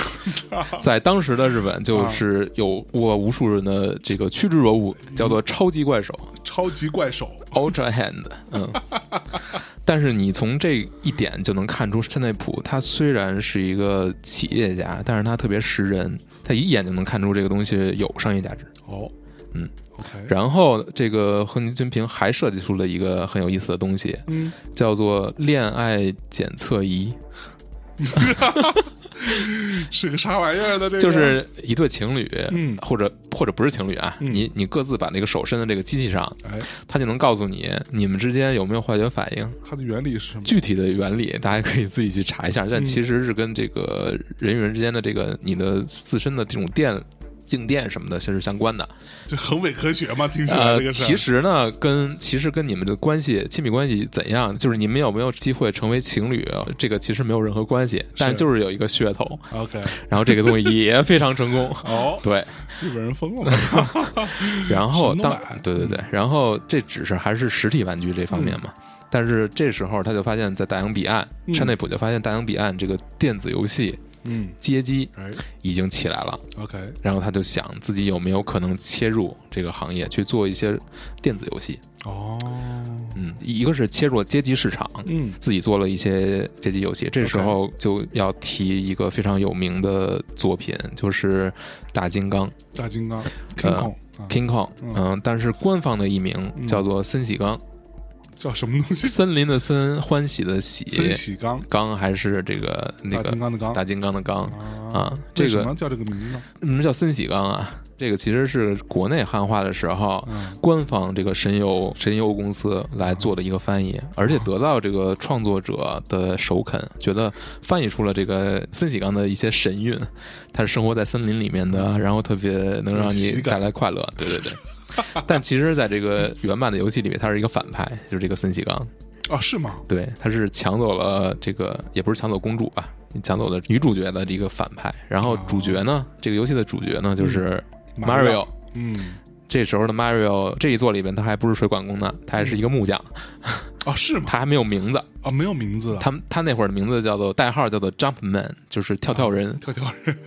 在当时的日本就是有过无数人的这个趋之若鹜，叫做超级怪手
超级怪手
（Ultra Hand）。嗯， 但是你从这一点就能看出，山内普他虽然是一个企业家，但是他特别识人，他一眼就能看出这个东西有商业价值。
哦，
嗯
，OK，
然后这个横井军平还设计出了一个很有意思的东西，
嗯，
叫做恋爱检测仪。
是个啥玩意儿的这个？
就是一对情侣，
嗯
或者或者不是情侣啊，
嗯
你你各自把那个手伸到这个机器上，
哎，
它就能告诉你你们之间有没有化学反应。
它的原理是什么？
具体的原理大家可以自己去查一下，
嗯
但其实是跟这个人与人之间的这个你的自身的这种电。静电什么的，其实相关的。
就很伪科学嘛，听起来
呃
这，个事儿。
其实呢，跟其实跟你们的关系、亲密关系怎样，就是你们有没有机会成为情侣，这个其实没有任何关系，但就是有一个噱头。
OK，。
然后这个东西也非常成功
哦，
对，
日本人疯了 吗？
然后
什么都
当
买
对对对，然后这只是还是实体玩具这方面嘛。但是这时候他就发现，在大洋彼岸，
嗯
山内普就发现大洋彼岸这个电子游戏
嗯，
街机
哎
已经起来了，
，OK，
然后他就想自己有没有可能切入这个行业去做一些电子游戏。
哦，
嗯，一个是切入街机市场，
嗯
自己做了一些街机游戏。这时候就要提一个非常有名的作品，就是大金刚
大金刚，King Kong，啊
呃 King Kong，
嗯
嗯、但是官方的译名叫做森喜刚。
叫什么东 西？
森林的森，欢喜的喜，
森喜刚，
刚还是这个那
大
个
金刚的刚
大金刚的刚
啊，
啊？
为
这
什
个
么叫这个名字呢？
为什么叫森喜刚啊？这个其实是国内汉化的时候，
嗯
官方这个神游神游公司来做的一个翻
哦
译，而且得到这个创作者的首肯，觉得翻译出了这个森喜刚的一些神韵，他是生活在森林里面的，然后特别能让
有嗯喜
你
感
带来快乐，对对 对。但其实，在这个原版的游戏里面，他是一个反派，就是这个森喜刚。
啊，是吗？
对，他是抢走了这个，也不是抢走公主吧，抢走了女主角的这个反派。然后主角呢，这个游戏的主角呢就是
哦马里
Mario。
奥嗯，
这时候的 Mario 这一座里面，他还不是水管工呢，他还是一个木匠，
啊，是吗？
他还没有名字。
啊，没有名字了，
他他那会儿的名字叫做代号叫做 Jumpman，就是跳跳人。
跳跳人，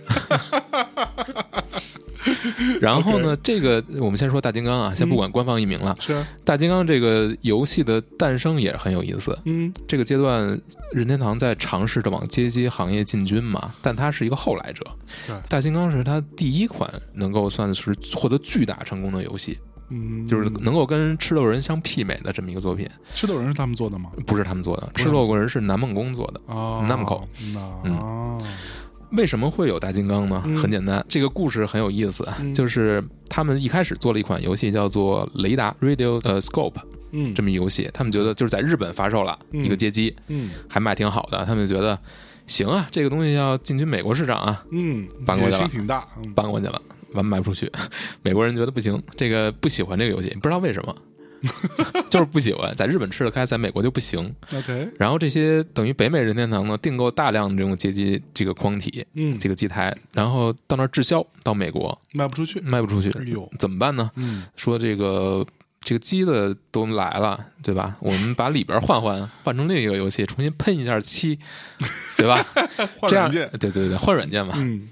然后呢，这个我们先说大金刚啊，先不管官方译名了。
是啊，
大金刚这个游戏的诞生也很有意思。
嗯，
这个阶段，任天堂在尝试着往街机行业进军嘛，但它是一个后来者
对。
大金刚是它第一款能够算是获得巨大成功的游戏，
嗯，
就是能够跟吃豆人相媲美的这么一个作品，
吃豆人是他们做的吗？
不是他们做的，
是
吃豆过人是南梦宫做的。
啊，
那么高嗯
那哦
为什么会有大金刚呢？
嗯
很简单，这个故事很有意思啊，
嗯
就是他们一开始做了一款游戏叫做《雷达 Radio 呃 Scope》
嗯，
这么一游戏，他们觉得就是在日本发售了
嗯
一个街机，
嗯
还卖挺好的，他们就觉得行啊，这个东西要进军美国市场啊，
嗯，
搬过去了
野心挺大，嗯
搬过去了，完卖不出去。 美国人觉得不行，这个不喜欢这个游戏，不知道为什么， 就是不喜欢，在日本吃得开，在美国就不行。
，OK，
然后这些等于北美任天堂呢，订购大量的这种街机这个框体、
嗯，
这个机台，然后到那儿滞销，到美国
卖不出去，
卖不出去，
哎呦，
怎么办呢？
嗯，
说这个。这个机的都来了，对吧？我们把里边换换，换成另一个游戏，重新喷一下漆，对吧？
换
这样
软
啊
件，
对对对，换软件嘛。
嗯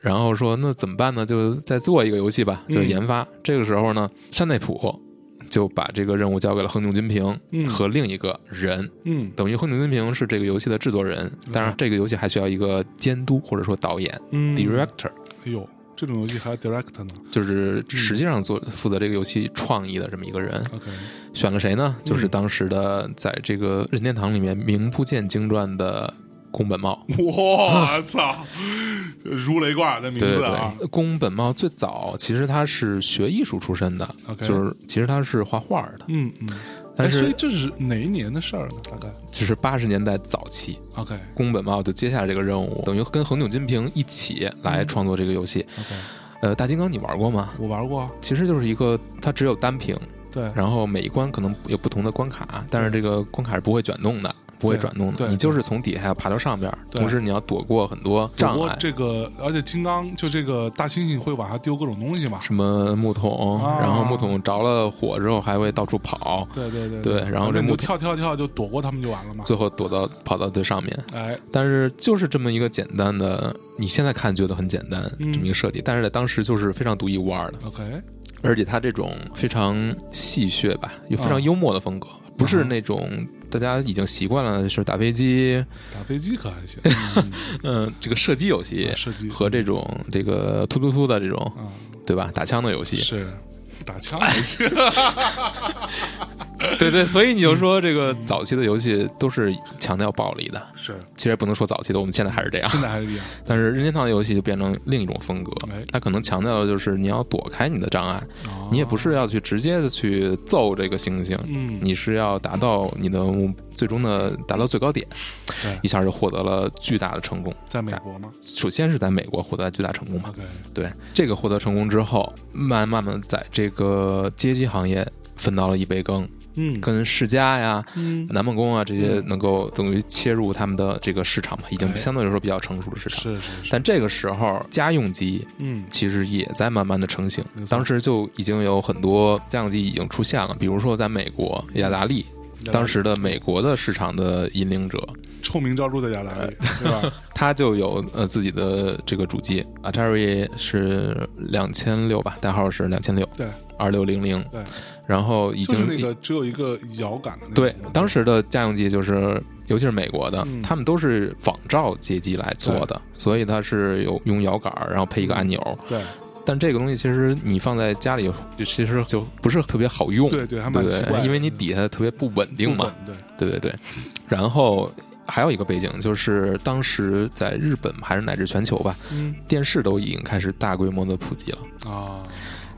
然后说那怎么办呢？就再做一个游戏吧，
嗯
就研发。这个时候呢，山内普就把这个任务交给了横井军平
嗯
和另一个人，
嗯
等于横井军平是这个游戏的制作人，当然这个游戏还需要一个监督或者说导演、
嗯
director，
哎呦，这种游戏还要 direct 呢
就是
嗯
实际上做负责这个游戏创意的这么一个人。
，OK，
选了谁呢？就是当时的在这个任天堂里面名不见经传的宫本茂。
我操，如雷贯耳的名
对
字
对
啊！，
宫本茂最早其实他是学艺术出身的
OK
就是其实他是画画的，
嗯嗯，哎，
但
所以
是
这是哪一年的事儿呢？大概
其实八十年代早期，
OK
宫本茂就接下了这个任务，等于跟横井军平一起来创作这个游戏。
OK，
呃，大金刚你玩过吗？
我玩过啊，
其实就是一个它只有单屏，
对，
然后每一关可能有不同的关卡，但是这个关卡是不会卷动的，不会转动
对
的，
对
你就是从底下爬到上边，
对
同时你要躲过很多
只不
障
过
碍，
这个，而且金刚就这个大猩猩会往下丢各种东西嘛。
什么木桶，
啊
然后木桶着了火之后还会到处跑，
对对对
对然
反
后这
正你就
木
跳跳跳就躲过他们就完了嘛。
最后躲到跑到最上面。
哎，
但是就是这么一个简单的，你现在看觉得很简单，
嗯
这么一个设计，但是在当时就是非常独一无二的，
OK，
而且它这种非常戏谑吧，也非
啊
常幽默的风格，不是那种大家已经习惯了是打飞机，
打飞机可还 行，嗯
嗯，这个射击游戏
嗯射击
和这种这个突突突的这种，
啊
对吧？打枪的游戏，
是打枪游戏，
对对，所以你就说这个早期的游戏都是强调暴力的，
是
其实也不能说早期的，我们现在还是这样。
现在还是一样。
但是任天堂的游戏就变成另一种风格
哎，
它可能强调的就是你要躲开你的障碍，
哦
你也不是要去直接的去揍这个猩猩，
嗯，
你是要达到你的目最终的达到最高点
对，
一下就获得了巨大的成功。
在美国 吗
首先是在美国获得巨大成功吧，
？OK，
对这个获得成功之后，慢慢慢在这个街机行业分到了一杯羹，
嗯
跟世嘉呀。
嗯
南梦宫啊，这些能够等于切入他们的这个市场嘛，已经
哎
相对来说比较成熟的市场。
是是是，
但这个时候，家用机
嗯
其实也在慢慢的成型
没错。
当时就已经有很多家用机已经出现了，比如说在美国雅达利，当时的美国的市场的引领者，
臭名昭著的雅达利， 对吧？
他就有呃自己的这个主机，Atari 是两千六吧，代号是两千六，
对，
二六零零，
对，
然后已
就
经
是那个只有一个摇杆的那个。
对当
时
时的家用机就是。尤其是美国的
嗯，
他们都是仿照街机来做的，所以它是有用摇杆儿，然后配一个按钮，
对
但这个东西其实你放在家里，就其实就不是特别好用，
对对，还
对
蛮
不
奇怪
对？
的，
因为你底下特别不稳定
不
嘛，
稳对，
对对对。然后还有一个背景就是，当时在日本还是乃至全球吧，
嗯
电视都已经开始大规模的普及了。
啊，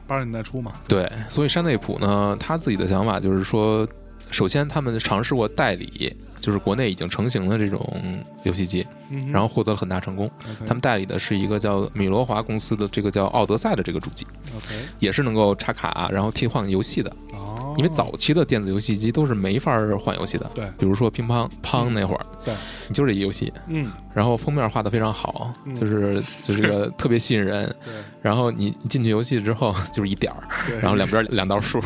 八十年代初嘛，
对，所以山内普呢，他自己的想法就是说，首先他们尝试过代理，就是国内已经成型的这种游戏机，
嗯哼，
然后获得了很大成功。
OK，
他们代理的是一个叫米罗华公司的这个叫奥德赛的这个主机。
OK，
也是能够插卡，然后替换游戏的。
哦，
因为早期的电子游戏机都是没法儿换游戏的，
对
比如说乒乓乓那会儿，
嗯对，
你就是一游戏，
嗯
然后封面画的非常好
嗯，
就是就是这个特别吸引人。
对
然后你进去游戏之后 就是一点儿，
对，
然后两边两道数，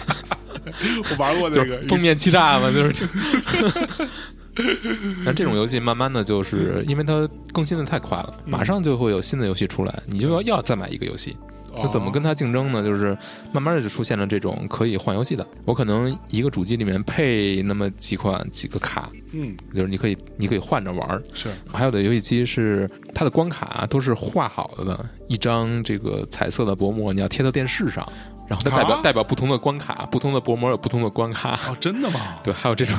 我玩过那
就
个
是封面欺诈嘛，就是这。但这种游戏慢慢的就是因为它更新的太快了，马上就会有新的游戏出来，你就要要再买一个游戏。
哦
那怎么跟它竞争呢？就是慢慢的就出现了这种可以换游戏的。我可能一个主机里面配那么几款几个卡，
嗯
就是你可以你可以换着玩儿。
是
还有的游戏机是它的关卡啊都是画好了的，一张这个彩色的薄膜，你要贴到电视上，然后它代表、
啊
代表不同的关卡，不同的薄膜有不同的关卡。
哦，真的吗？
对，还有这种，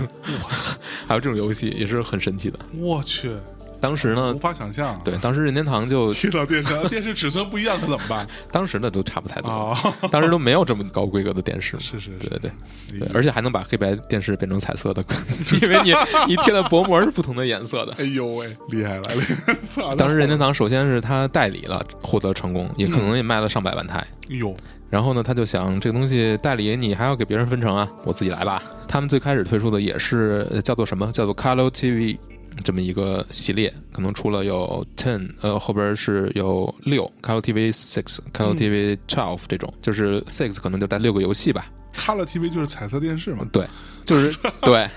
还有这种游戏也是很神奇的。
我去，
当时呢
无，法想象啊。
嗯对，当时任天堂就
贴到电视 上，电视尺寸不一样，可怎么办？
当时的都差不太多，
啊，
当时都没有这么高规格的电视。
是是
对
是，
对对。对，
哎
而且还能把黑白电视变成彩 色的， 因为你你贴的薄膜是不同的颜色的。
哎呦喂，厉害了！ 操，
当时任天堂首先是他代理了，获得成功，也可能也卖了上百万台。
哎呦，
然后呢，他就想这个东西代理你还要给别人分成啊，我自己来吧。他们最开始推出的也是呃叫做什么？叫做 Color TV 这么一个系列，可能出了有 ten，呃，后边是有六 Color TV six、Color TV twelve 这种，就是 six 可能就带六个游戏吧。
Color TV 就是彩色电视嘛，
对，就是 对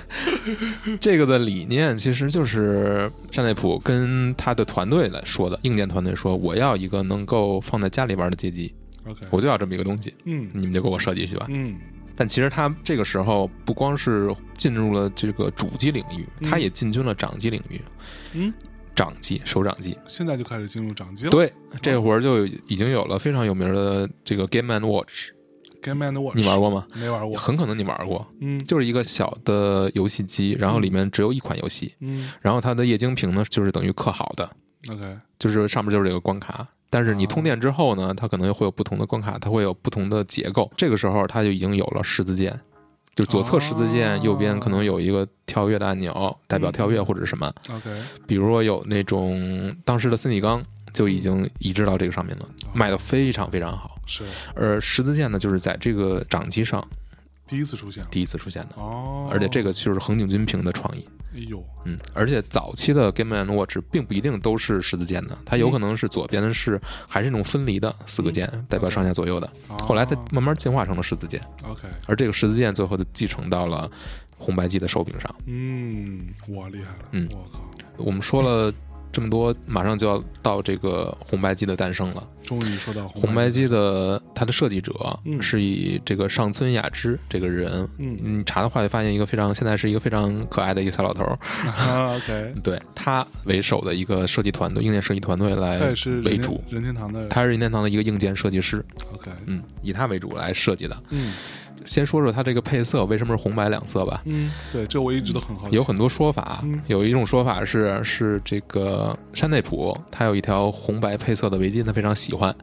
这个的理念，其实就是山内普跟他的团队来说的，硬件团队说，我要一个能够放在家里玩的街机，
OK，
我就要这么一个东西，
嗯
你们就给我设计去吧。
嗯，
但其实他这个时候不光是进入了这个主机领域，
嗯
他也进军了掌机领域。
嗯，哎
掌机、手掌机，
现在就开始进入掌机了。
对，这会儿就已经有了非常有名的这个 Game and Watch。
Game and Watch，
你玩过吗？
没玩过，
很可能你玩过，
嗯
就是一个小的游戏机，然后里面只有一款游戏，
嗯
然后它的液晶屏呢就是等于刻好的，
，OK，
就是上面就是这个关卡。但是你嗯
啊
通电之后呢，它可能会有不同的关卡，它会有不同的结构。这个时候它就已经有了十字键，就是左侧十字
哦
键，右边可能有一个跳跃的按钮，代表跳跃或者什么。
OK，
比如说有那种当时的森体钢就已经移植到这个上面了，卖的非常非常好。
是
而十字键呢，就是在这个掌机上
第一次出现了
第一次出现的，
哦，
而且这个就是横井军平的创意。
哎呦，
嗯，而且早期的 Game and Watch 并不一定都是十字键的，它有可能是左边是还是那种分离的四个键，代表上下左右的。
哦
后来它慢慢进化成了十字键，
啊 OK，
而这个十字键最后就继承到了红白机的手柄上。
嗯，我厉害了，
嗯
我靠，
我们说了这么多，马上就要到这个红白机的诞生了。
终于说到
红白
白
机的它的设计者
嗯
是以这个上村雅之这个人，
嗯
你查的话会发现一个非常现在是一个非常可爱的一个小老头儿，
啊 OK，
对他为首的一个设计团队，硬件设计团队来
他也是
为
任
主
天。任天堂的
他是任天堂的一个硬件设计师，
OK，
嗯，以他为主来设计的。
嗯
先说说它这个配色为什么是红白两色吧，
嗯，对，这我一直都很好奇，
有很多说法啊
嗯，
有一种说法是是这个山内普他有一条红白配色的围巾，他非常喜欢，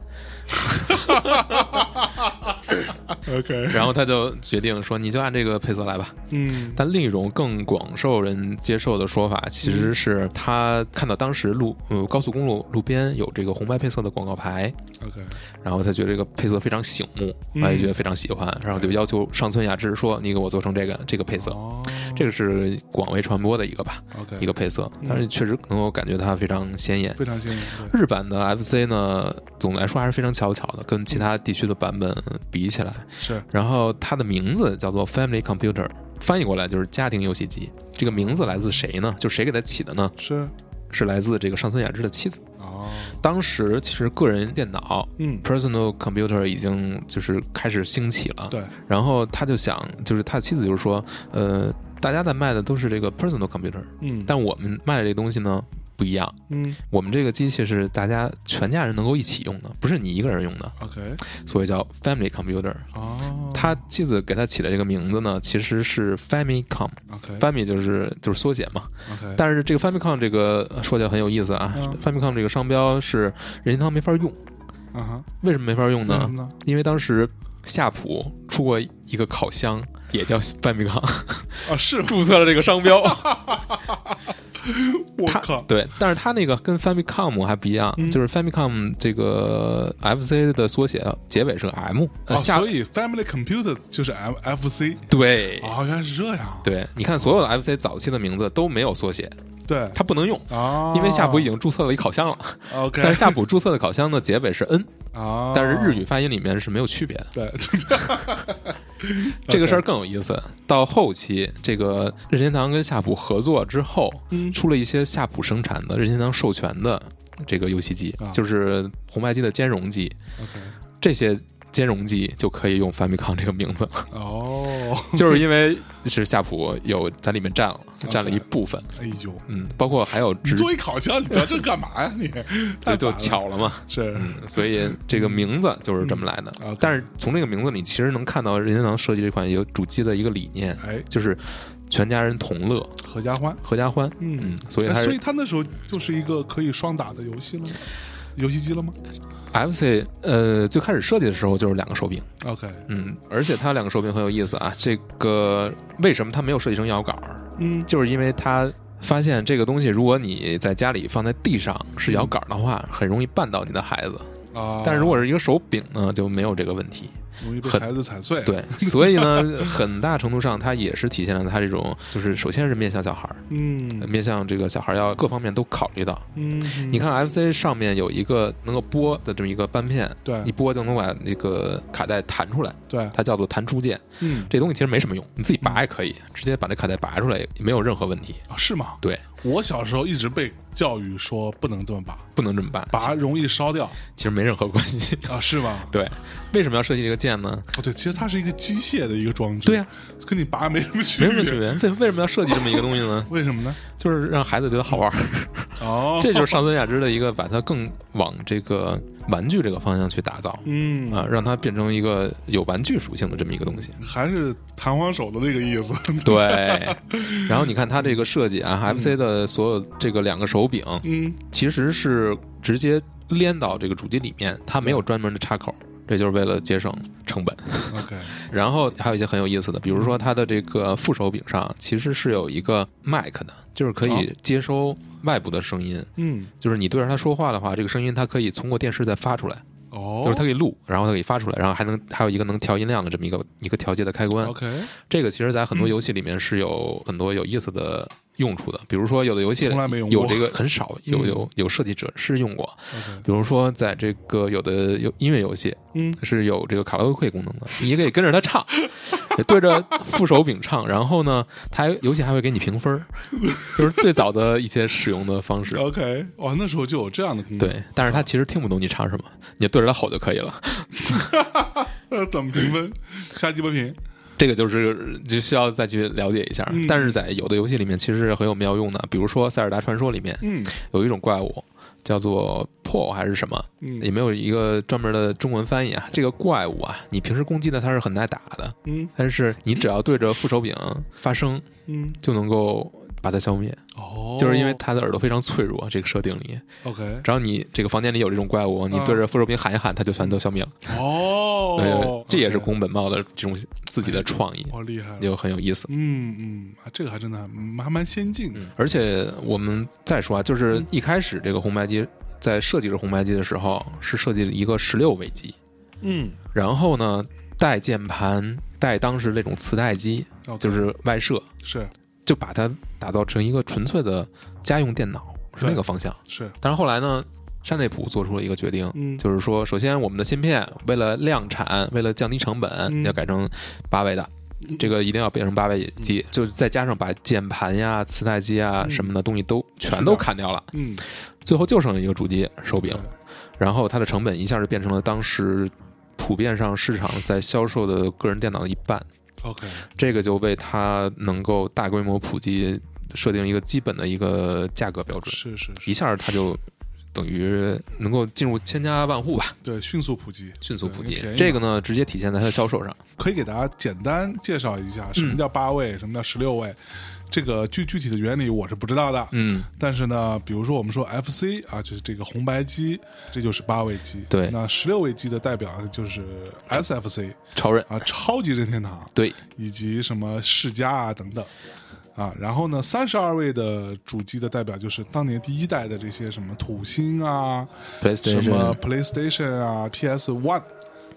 OK，
然后他就决定说你就按这个配色来吧。
嗯
但另一种更广受人接受的说法，其
嗯
实是他看到当时路呃高速公路路边有这个红白配色的广告牌，
OK，
然后他觉得这个配色非常醒目，
嗯
他也觉得非常喜欢，然后就要求上村雅之说你给我做成这个这个配色。
哦，
这个是广为传播的一个吧，
OK
一个配色，但是确实能够感觉它非常鲜艳。
非常鲜艳，对
日版的 FC 呢，总的来说还是非常巧巧的，跟其他地区的版本比起来，
是
然后它的名字叫做 Family Computer，翻译过来就是家庭游戏机。这个名字来自谁呢？就谁给它起的呢？
是
是来自这个上村雅之的妻子。
哦，
当时其实个人电脑
嗯
personal computer 已经就是开始兴起了。
对，
然后他就想，就是他妻子就是说，呃，大家在卖的都是这个 personal computer，
嗯，
但我们卖的这东西呢不一样。
嗯
我们这个机器是大家全家人能够一起用的，不是你一个人用的，
OK，
所以叫 family computer。
哦，
他妻子给他起的这个名字呢，其实是 Famicom，Fami
OK
就是就是缩写嘛。
OK，
但是这个 Famicom 这个呃说起来很有意思啊、
嗯
f a m i c o m 这个商标是任天堂没法用，
啊哈，
为什么没法用
为什
呢？
么呢？
因为当时夏普出过一个烤箱，也 叫 Famicom，
啊，是吗
注册了这个商标。
我
他
靠，
对，但是他那个跟 Famicom 还不一样，
嗯
就是 Famicom 这个 FC 的缩写结尾是个 M，呃，
哦，
夏、
所以 Family Computer 就是 M F C
对。
哦，原来是这样，
对，你看所有的 FC 早期的名字都没有缩写，
对
它不能用。
啊，
因为夏普已经注册了一烤箱了，
OK，
但是夏普注册的烤箱的结尾是 n，
啊，
但是日语发音里面是没有区别的。
对
这个事儿更有意思。到后期，这个任天堂跟夏普合作之后，
嗯
出了一些夏普生产的任天堂授权的这个游戏机
啊，
就是红白机的兼容机，
OK，
这些。兼容机就可以用 Famicom 这个 名字，
哦，
就是因为是夏普有在里面占了占了一部分，
哎呦，
嗯，包括还有
你
直
作为烤箱，你聊这干嘛 呀？你
就
太
就
烦了
巧了嘛，
是
所以这个名字就是这么来的。
嗯，OK
嗯但是从这个名字里，其实能看到任天堂设计这款有主机的一个理念，
哎，
就是全家人同乐、
合家欢，
合家欢。
嗯
嗯，所以它
哎所以
是
它那时候就是一个可以双打的游戏了吗，游戏机了吗
FC 呃最开始设计的时候就是两个手柄，
？OK，
嗯，而且它两个手柄很有意思啊。这个为什么它没有设计成摇杆儿？
嗯
就是因为它。发现这个东西，如果你在家里放在地上是摇杆儿的话，很容易绊到你的孩子。
啊，
但是如果是一个手柄呢，就没有这个问题。
容易被
很
孩子踩碎，
对，所以呢，很大程度上它也是体现了它这种，就是首先是面向小孩儿，
嗯
面向这个小孩儿要各方面都考虑到。
嗯，
你看 FC 上面有一个能够拨的这么一个扳片，
对
一拨就能把那个卡带弹出来，
对，
它叫做弹出键。
嗯，
这东西其实没什么用，你自己拔也可以，直接把这卡带拔出来也没有任何问题。
啊是吗？
对，
我小时候一直被教育说不能这么拔，
不能这么办，
拔容易烧掉
其实没任何关系。
啊，是吗？
对，为什么要设计这个键呢？
哦，对，其实它是一个机械的一个装置，
对呀、啊
跟你拔没什么区
没
别，
什么区别。为为什么要设计这么一个东西呢？
为什么呢？
就是让孩子觉得好玩儿。
哦，
这就是上村雅之的一个把它更往这个玩具这个方向去打造。
嗯，
啊，让它变成一个有玩具属性的这么一个东西。
还是弹簧手的那个意思。
对，然后你看它这个设计啊，FC 的所有这个两个手柄
嗯，
其实是直接连到这个主机里面，它没有专门的插口，这就是为了节省成本。
OK，
然后还有一些很有意思的，比如说它的这个副手柄上其实是有一个麦克的，就是可以接收外部的声音。
嗯，
就是你对着它说话的话，这个声音它可以通过电视再发出来，
哦，
就是它可以录，然后它可以发出来，然后还能还有一个能调音量的这么一个一个调节的开关。
OK，
这个其实，在
嗯
很多游戏里面是有很多有意思的用处的。比如说，有的游戏
从来没用过嗯
有这个很少有有有设计者是用过。
OK，
比如说，在这个有的有音乐游戏
嗯，
是有这个卡拉 OK 功能的，你可以跟着它唱， 对着副手柄唱，然后呢，它还游戏还会给你评 分儿，就是最早的一些使用的方式。
OK，哇，那时候就有这样的功能，
对，但是它其实听不懂你唱什么，你对着它吼就可以了。
呃，怎么评分？瞎鸡巴评。
这个就是就需要再去了解一下。
嗯
但是在有的游戏里面，其实是很有妙用的。比如说《塞尔达传说》里面
嗯
有一种怪物叫做破还是什么，也
嗯
没有一个专门的中文翻译啊。这个怪物啊，你平时攻击的它是很耐打的，
嗯
但是你只要对着副手柄发声，
嗯，
就能够。把它消灭，
哦，
就是因为它的耳朵非常脆弱。这个设定里，
OK，
只要你这个房间里有这种怪物，你对着副手柄喊一喊，它就全都消灭了。
哦
对，，这也是
OK
宫本茂的这种自己的创意，
哇，厉害了，
就很有意思。
嗯嗯，啊这个还真的还蛮还蛮先进的，
而且我们再说啊，就是一开始这个红白机在设计这红白机的时候，是设计了一个十六位机，
嗯，
然后呢带键盘，带当时那种磁带机，
OK，
就是外设，
嗯是
就把它打造成一个纯粹的家用电脑，是
对
那个方向。
是，
但是后来呢，山内溥做出了一个决定。
嗯，
就是说，首先我们的芯片为了量产，为了降低成本，
嗯
要改成八位的，这个一定要变成八位机，就再加上把键盘呀、磁带机啊、
嗯
什么的东西都全
是
都
的
砍掉了，
嗯
最后就剩一个主机手柄
对，
然后它的成本一下就变成了当时普遍上市场在销售的个人电脑的一半，
，OK，
这个就为它能够大规模普及设定一个基本的一个价格标准，
是是是，
一下它就等于能够进入千家万户吧。
对，迅速普及，
迅速普
对
及
因为便宜。嘛
这个呢，直接体现在它的销售上。
可以给大家简单介绍一下
嗯
什么叫八位，什么叫十六位。这个具具体的原理我是不知道的，
嗯，
但是呢，比如说我们说 FC 啊，就是这个红白机，这就是八位机。
对
那十六位机的代表就是 SFC
超人
啊，超级任天堂
对，
以及什么世嘉啊等等啊。然后呢，三十二位的主机的代表就是当年第一代的这些什么土星啊，什么
PlayStation
PlayStation 啊、PS One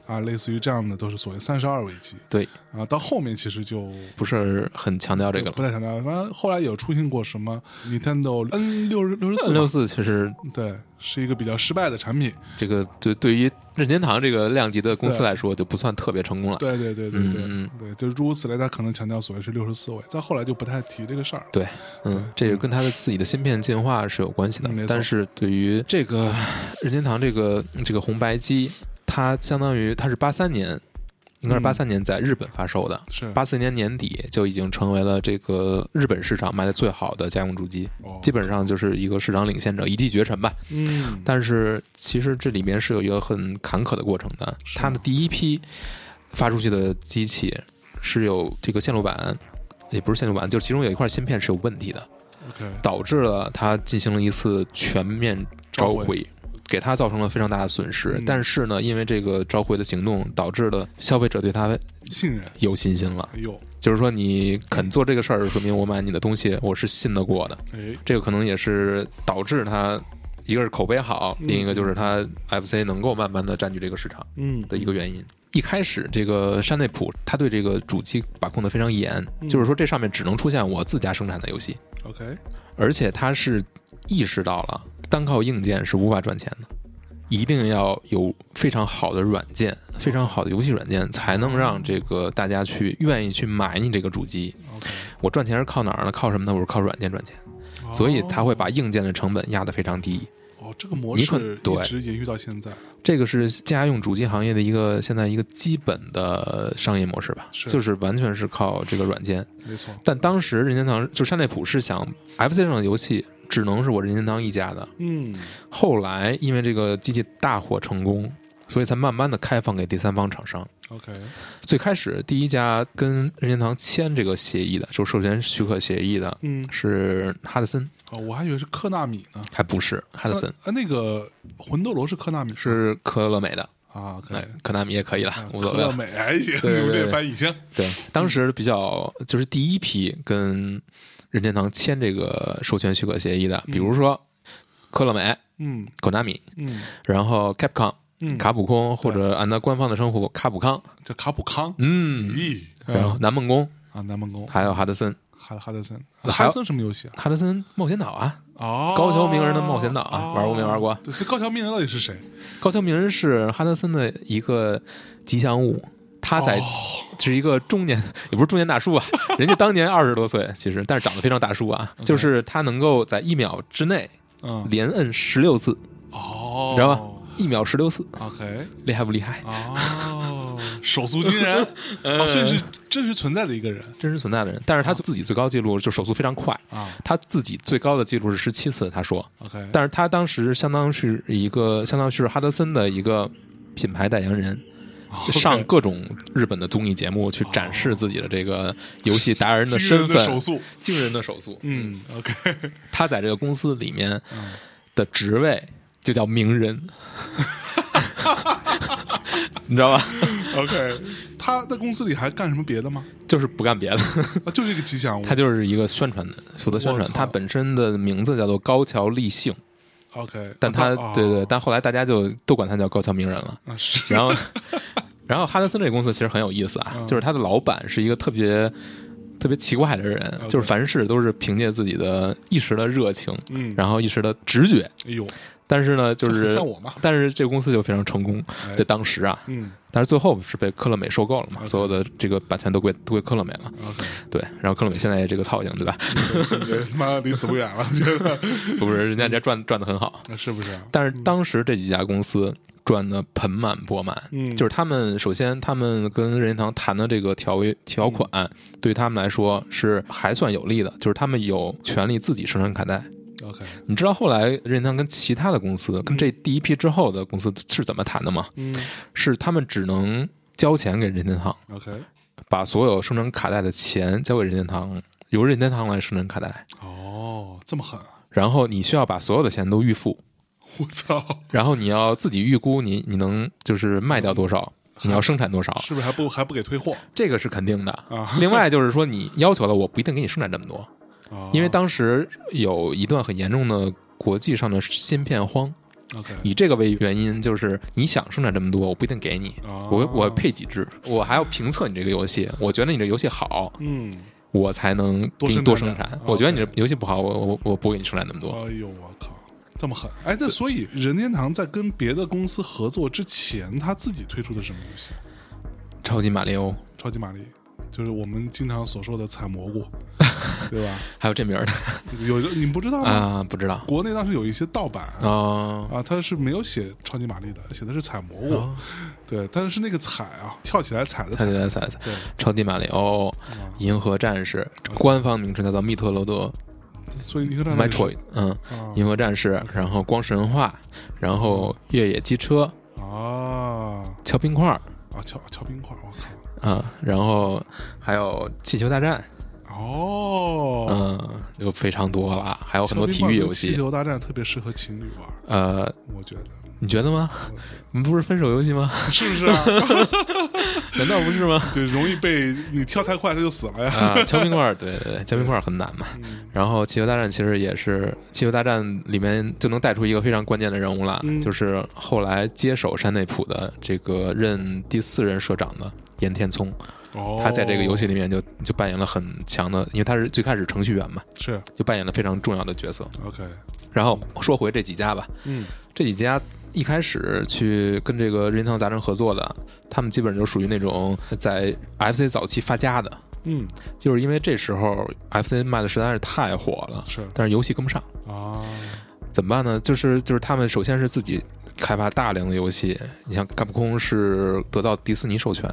啊，类似于这样的都是所谓三十二位机
对，
啊。到后面其实就
不是很强调这个
不
了。
太强调，反正后来有出现过什么 Nintendo N 六六十四
六嗯四其实
对，是一个比较失败的产品。
这个对对于任天堂这个量级的公司
对
来说，就不算特别成功了。
对对对对对、
嗯
对，就诸如此类，他可能强调所谓是六十四位，再后来就不太提这个事儿了。
对，嗯，这个跟它的自己的芯片进化是有关系的
嗯没。错
但是对于这个任天堂这个这个红白机，它相当于它是八三年，应该是
嗯
八三年在日本发售的。
是
八四年年底就已经成为了这个日本市场卖的最好的家用主机，
哦
基本上就是一个市场领先者，一骑绝尘吧。
嗯，
但是其实这里面是有一个很坎坷的过程的。
是
它的第一批发出去的机器是有这个线路板，也不是线路板，就其中有一块芯片是有问题的，
OK
导致了它进行了一次全面
召
召回。给它造成了非常大的损失，
嗯
但是呢，因为这个召回的行动，导致了消费者对它
信任，
有信心了。
哎呦
就是说，你肯做这个事儿，说明我买你的东西我是信得过的。
哎，
这个可能也是导致它一个是口碑好，另一个就是它 FC 能够慢慢的占据这个市场
嗯
的一个原因。一开始，这个山内溥他对这个主机把控的非常严，
嗯
就是说这上面只能出现我自家生产的游戏，
OK
而且他是意识到了单靠硬件是无法赚钱的，一定要有非常好的软件、非常好的游戏软件，才能让这个大家去愿意去买你这个主机。
OK，
我赚钱是靠哪儿呢？靠什么呢？我是靠软件赚钱。 所以他会把硬件的成本压得非常低。
哦哦这个模
你可
式
对
一直延续到现在，
这个是家用主机行业的一个现在一个基本的商业模式吧，
是
就是完全是靠这个软件。
没错，
但当时任天堂就山内溥是想 FC 上的游戏只能是我任天堂一家的。
嗯
后来因为这个机器大获成功，所以才慢慢的开放给第三方厂商。
，OK，
最开始第一家跟任天堂签这个协议的，就授权许可协议的
嗯，
是哈德森，
哦，我还以为是科纳米呢。
还不是哈德森，
啊，那个魂斗罗是科纳米吗
是科乐美的，
啊，OK，
哎，科纳米也可以了
啊，
无
科
所谓
乐
了。
美还行，
对对
你们这
对
翻译行，
对，当时比较就是第一批跟任天堂签这个授权许可协议的，比如说科乐美、
嗯
科纳米，
嗯
然后 Capcom、
嗯，
卡普空，或者按照官方的称呼卡普康，
叫卡普康，
嗯，
咦，
然后南梦宫，
啊，南梦宫，
还有哈德森，
哈哈德森，
还有
哈德森什么游戏啊？
哈德森冒险岛啊，
哦，
高桥名人的冒险岛啊
哦
玩过没玩过啊
对，这高桥名人到底是谁？
高桥名人是哈德森的一个吉祥物，他在
哦
是一个中年，也不是中年大 叔啊，人家当年二十多岁，其实但是长得非常大叔啊，就是他能够在一秒之内
嗯，
连摁十六次，
哦，
知道吧？一秒十六次，
？OK，
厉害不厉害？
哦，手速惊 人，哦，所以是真实存在的一个人
真实存在的人，但是他自己最高记录就手速非常快，
啊
他自己最高的记录是十七次，他说，
，OK，
但是他当时相当是一个相当是哈德森的一个品牌代言人，上各种日本的综艺节目去展示自己的这个游戏达人的
惊
身
人
份
的，手速，
惊人的手速。
嗯，OK，
他在这个公司里面的职位就叫名人， 你知道吧？
OK，他在公司里还干什么别的吗？
就是不干别的，
啊，就是一个吉祥物
他。就是一个宣传的，负责宣
我
传。
操
他本身的名字叫做高桥立幸，
OK，
但他
啊
对对，但后来大家就都管他叫高桥名人了。
啊是
然后，然后哈德森这个公司其实很有意思啊，
嗯
就是他的老板是一个特别特别奇怪的人，
嗯
就是凡事都是凭借自己的一时的热情，
嗯
然后一时的直觉，
哎呦，
但是呢，就
这很
是
像我嘛
但是这个公司就非常成功，在当时啊，
嗯
但是最后是被科乐美收购了嘛，所有的这个版权都归都归科乐美了，
，OK，
对，然后科乐美现在也这个操性，对吧？
这他妈离死不远了， 我觉得
不是，人家人家赚赚的很好，
那是不是啊？
但是当时这几家公司赚的盆满钵满，
嗯
就是他们首先他们跟任天堂谈的这个条约条款，对他们来说是还算有利的，就是他们有权利自己生产卡带。
OK，
你知道后来任天堂跟其他的公司，跟这第一批之后的公司是怎么谈的吗？
嗯
是他们只能交钱给任天堂，
，OK，
把所有生产卡带的钱交给任天堂，由任天堂来生产卡带，
哦，这么狠啊，
然后你需要把所有的钱都预付。
我操，
然后你要自己预估你你能就是卖掉多少，你要生产多少，
是不是还不还不给退货
这个是肯定的
啊。
另外就是说，你要求了，我不一定给你生产这么多，
啊？
因为当时有一段很严重的国际上的芯片荒，
OK
以这个为原因，就是你想生产这么多，我不一定给你，
啊，
我我配几只，我还要评测你这个游戏，我觉得你这游戏好，
嗯，
我才能
多
给你
生
多
产
生
点
产
啊。
我觉得你这
OK
游戏不好，我我我不给你生产那么多。
哎呦我靠。这么狠，哎，那所以任天堂在跟别的公司合作之前，他自己推出的什么游戏？
超级马里奥
超级玛丽，就是我们经常所说的采蘑菇，对吧？
还有这名儿的
有你不知道吗？
啊，不知道
国内当时有一些盗版啊，
啊
它是没有写超级玛丽的，写的是采蘑菇，
哦
对，但是是那个采啊，跳起来采的啊
他
采
就，来赛赛
对，
超级马里奥、银河战士，官方名称叫做密特罗德
所以你看
（Metroid），嗯，银河战士，然后光神话，然后越野机车、
啊
敲冰块儿
啊，敲敲冰块，我靠，
啊，然后还有气球大战，
哦，
嗯，就非常多了，还有很多体
敲冰块
育
跟
游
气
戏，
球大战特别适合情侣玩，
呃，
我觉得，
你觉 得吗？
我觉得
你不是分手游 戏吗？
是不是啊？
难道不是吗？
就容易被你跳太快，他就死了呀。
啊，敲冰块儿，对对对，敲冰块儿很难嘛。
嗯
然后气球大战其实也是气球大战里面就能带出一个非常关键的人物了，
嗯
就是后来接手山内普的这个任第四任社长的岩田聪，
哦，
他在这个游戏里面就就扮演了很强的，因为他是最开始程序员嘛，
是
就扮演了非常重要的角色。
OK，
然后说回这几家吧，
嗯
这几家一开始去跟这个任天堂杂志合作的，他们基本就属于那种在 FC 早期发家的，
嗯
就是因为这时候 FC 卖的实在是太火了，
是
但是游戏跟不上，
啊，
怎么办呢？就是就是他们首先是自己开发大量的游戏，你像卡普空是得到迪士尼授权，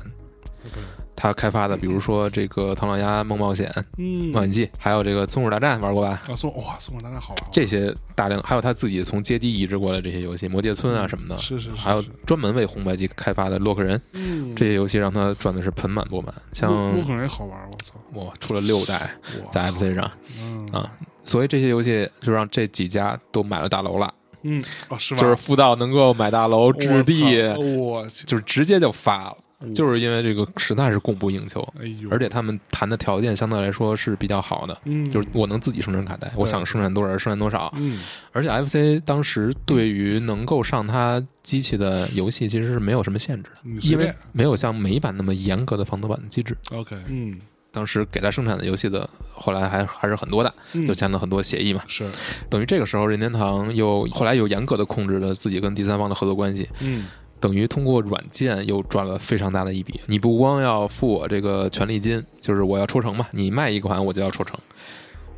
OK，
他开发的，比如说这个《唐老鸭梦冒险》《
嗯
冒险记》，还有这个《松鼠大战》，玩过吧？
啊，松哇，松鼠大战好啊玩，
这些大量，还有他自己从街机移植过来这些游戏，《魔界村》啊什么的，
嗯是是是，
还有专门为红白机开发的洛克人，
嗯，
这些游戏让他赚的是盆满钵满。像
洛洛克人也好玩，我操，
我出了六代
哇
在 FC 上，
嗯
啊，所以这些游戏就让这几家都买了大楼了，
嗯啊是吧？
就是富到能够买大楼
我
置地，
操嗯我去，
就是直接就发了，就是因
为
为这个实在是供不应求，
哎呦，
而且他们谈的条件相对来说是比较好的。
嗯
就是我能自己生产卡带，我想生产多少生产多少。
嗯
而且 FC 当时对于能够上它机器的游戏其实是没有什么限制的，
你随
因为
便
没有像美版那么严格的防盗版的机制。
OK 嗯
当时给它生产的游戏的，后来还还是很多的，
嗯
就签了很多协议嘛。
是
等于这个时候，任天堂又后来又严格的控制了自己跟第三方的合作关系，
嗯
等于通过软件又赚了非常大的一笔。你不光要付我这个权利金，就是我要抽成嘛，你卖一款我就要抽成，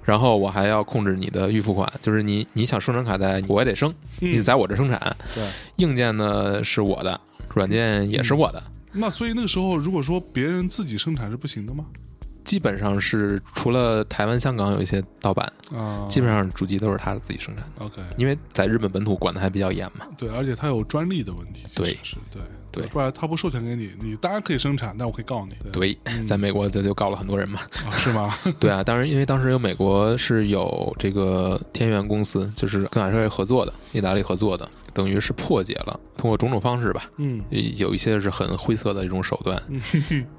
然后我还要控制你的预付款，就是你你想生产卡带，我也得生，你
嗯
在我这生产，
对。
硬件呢是我的，软件也是我的，
那所以那个时候，如果说别人自己生产是不行的吗？
基本上是除了台湾、香港有一些盗版，
啊，
基本上主机都是他自己生产的，
OK，
因为在日本本土管的还比较严嘛。
对，而且它有专利的问题，其实
对
是对
对
不然他不授权给你，你当然可以生产，但我可以告你，
对，在美国这就告了很多 人嘛。
啊是吗？
对啊，当然，因为当时有美国是有这个天元公司，就是跟海社会合作的，意大利合作的，等于是破解了，通过种种方式吧，
嗯
有一些是很灰色的一种手段，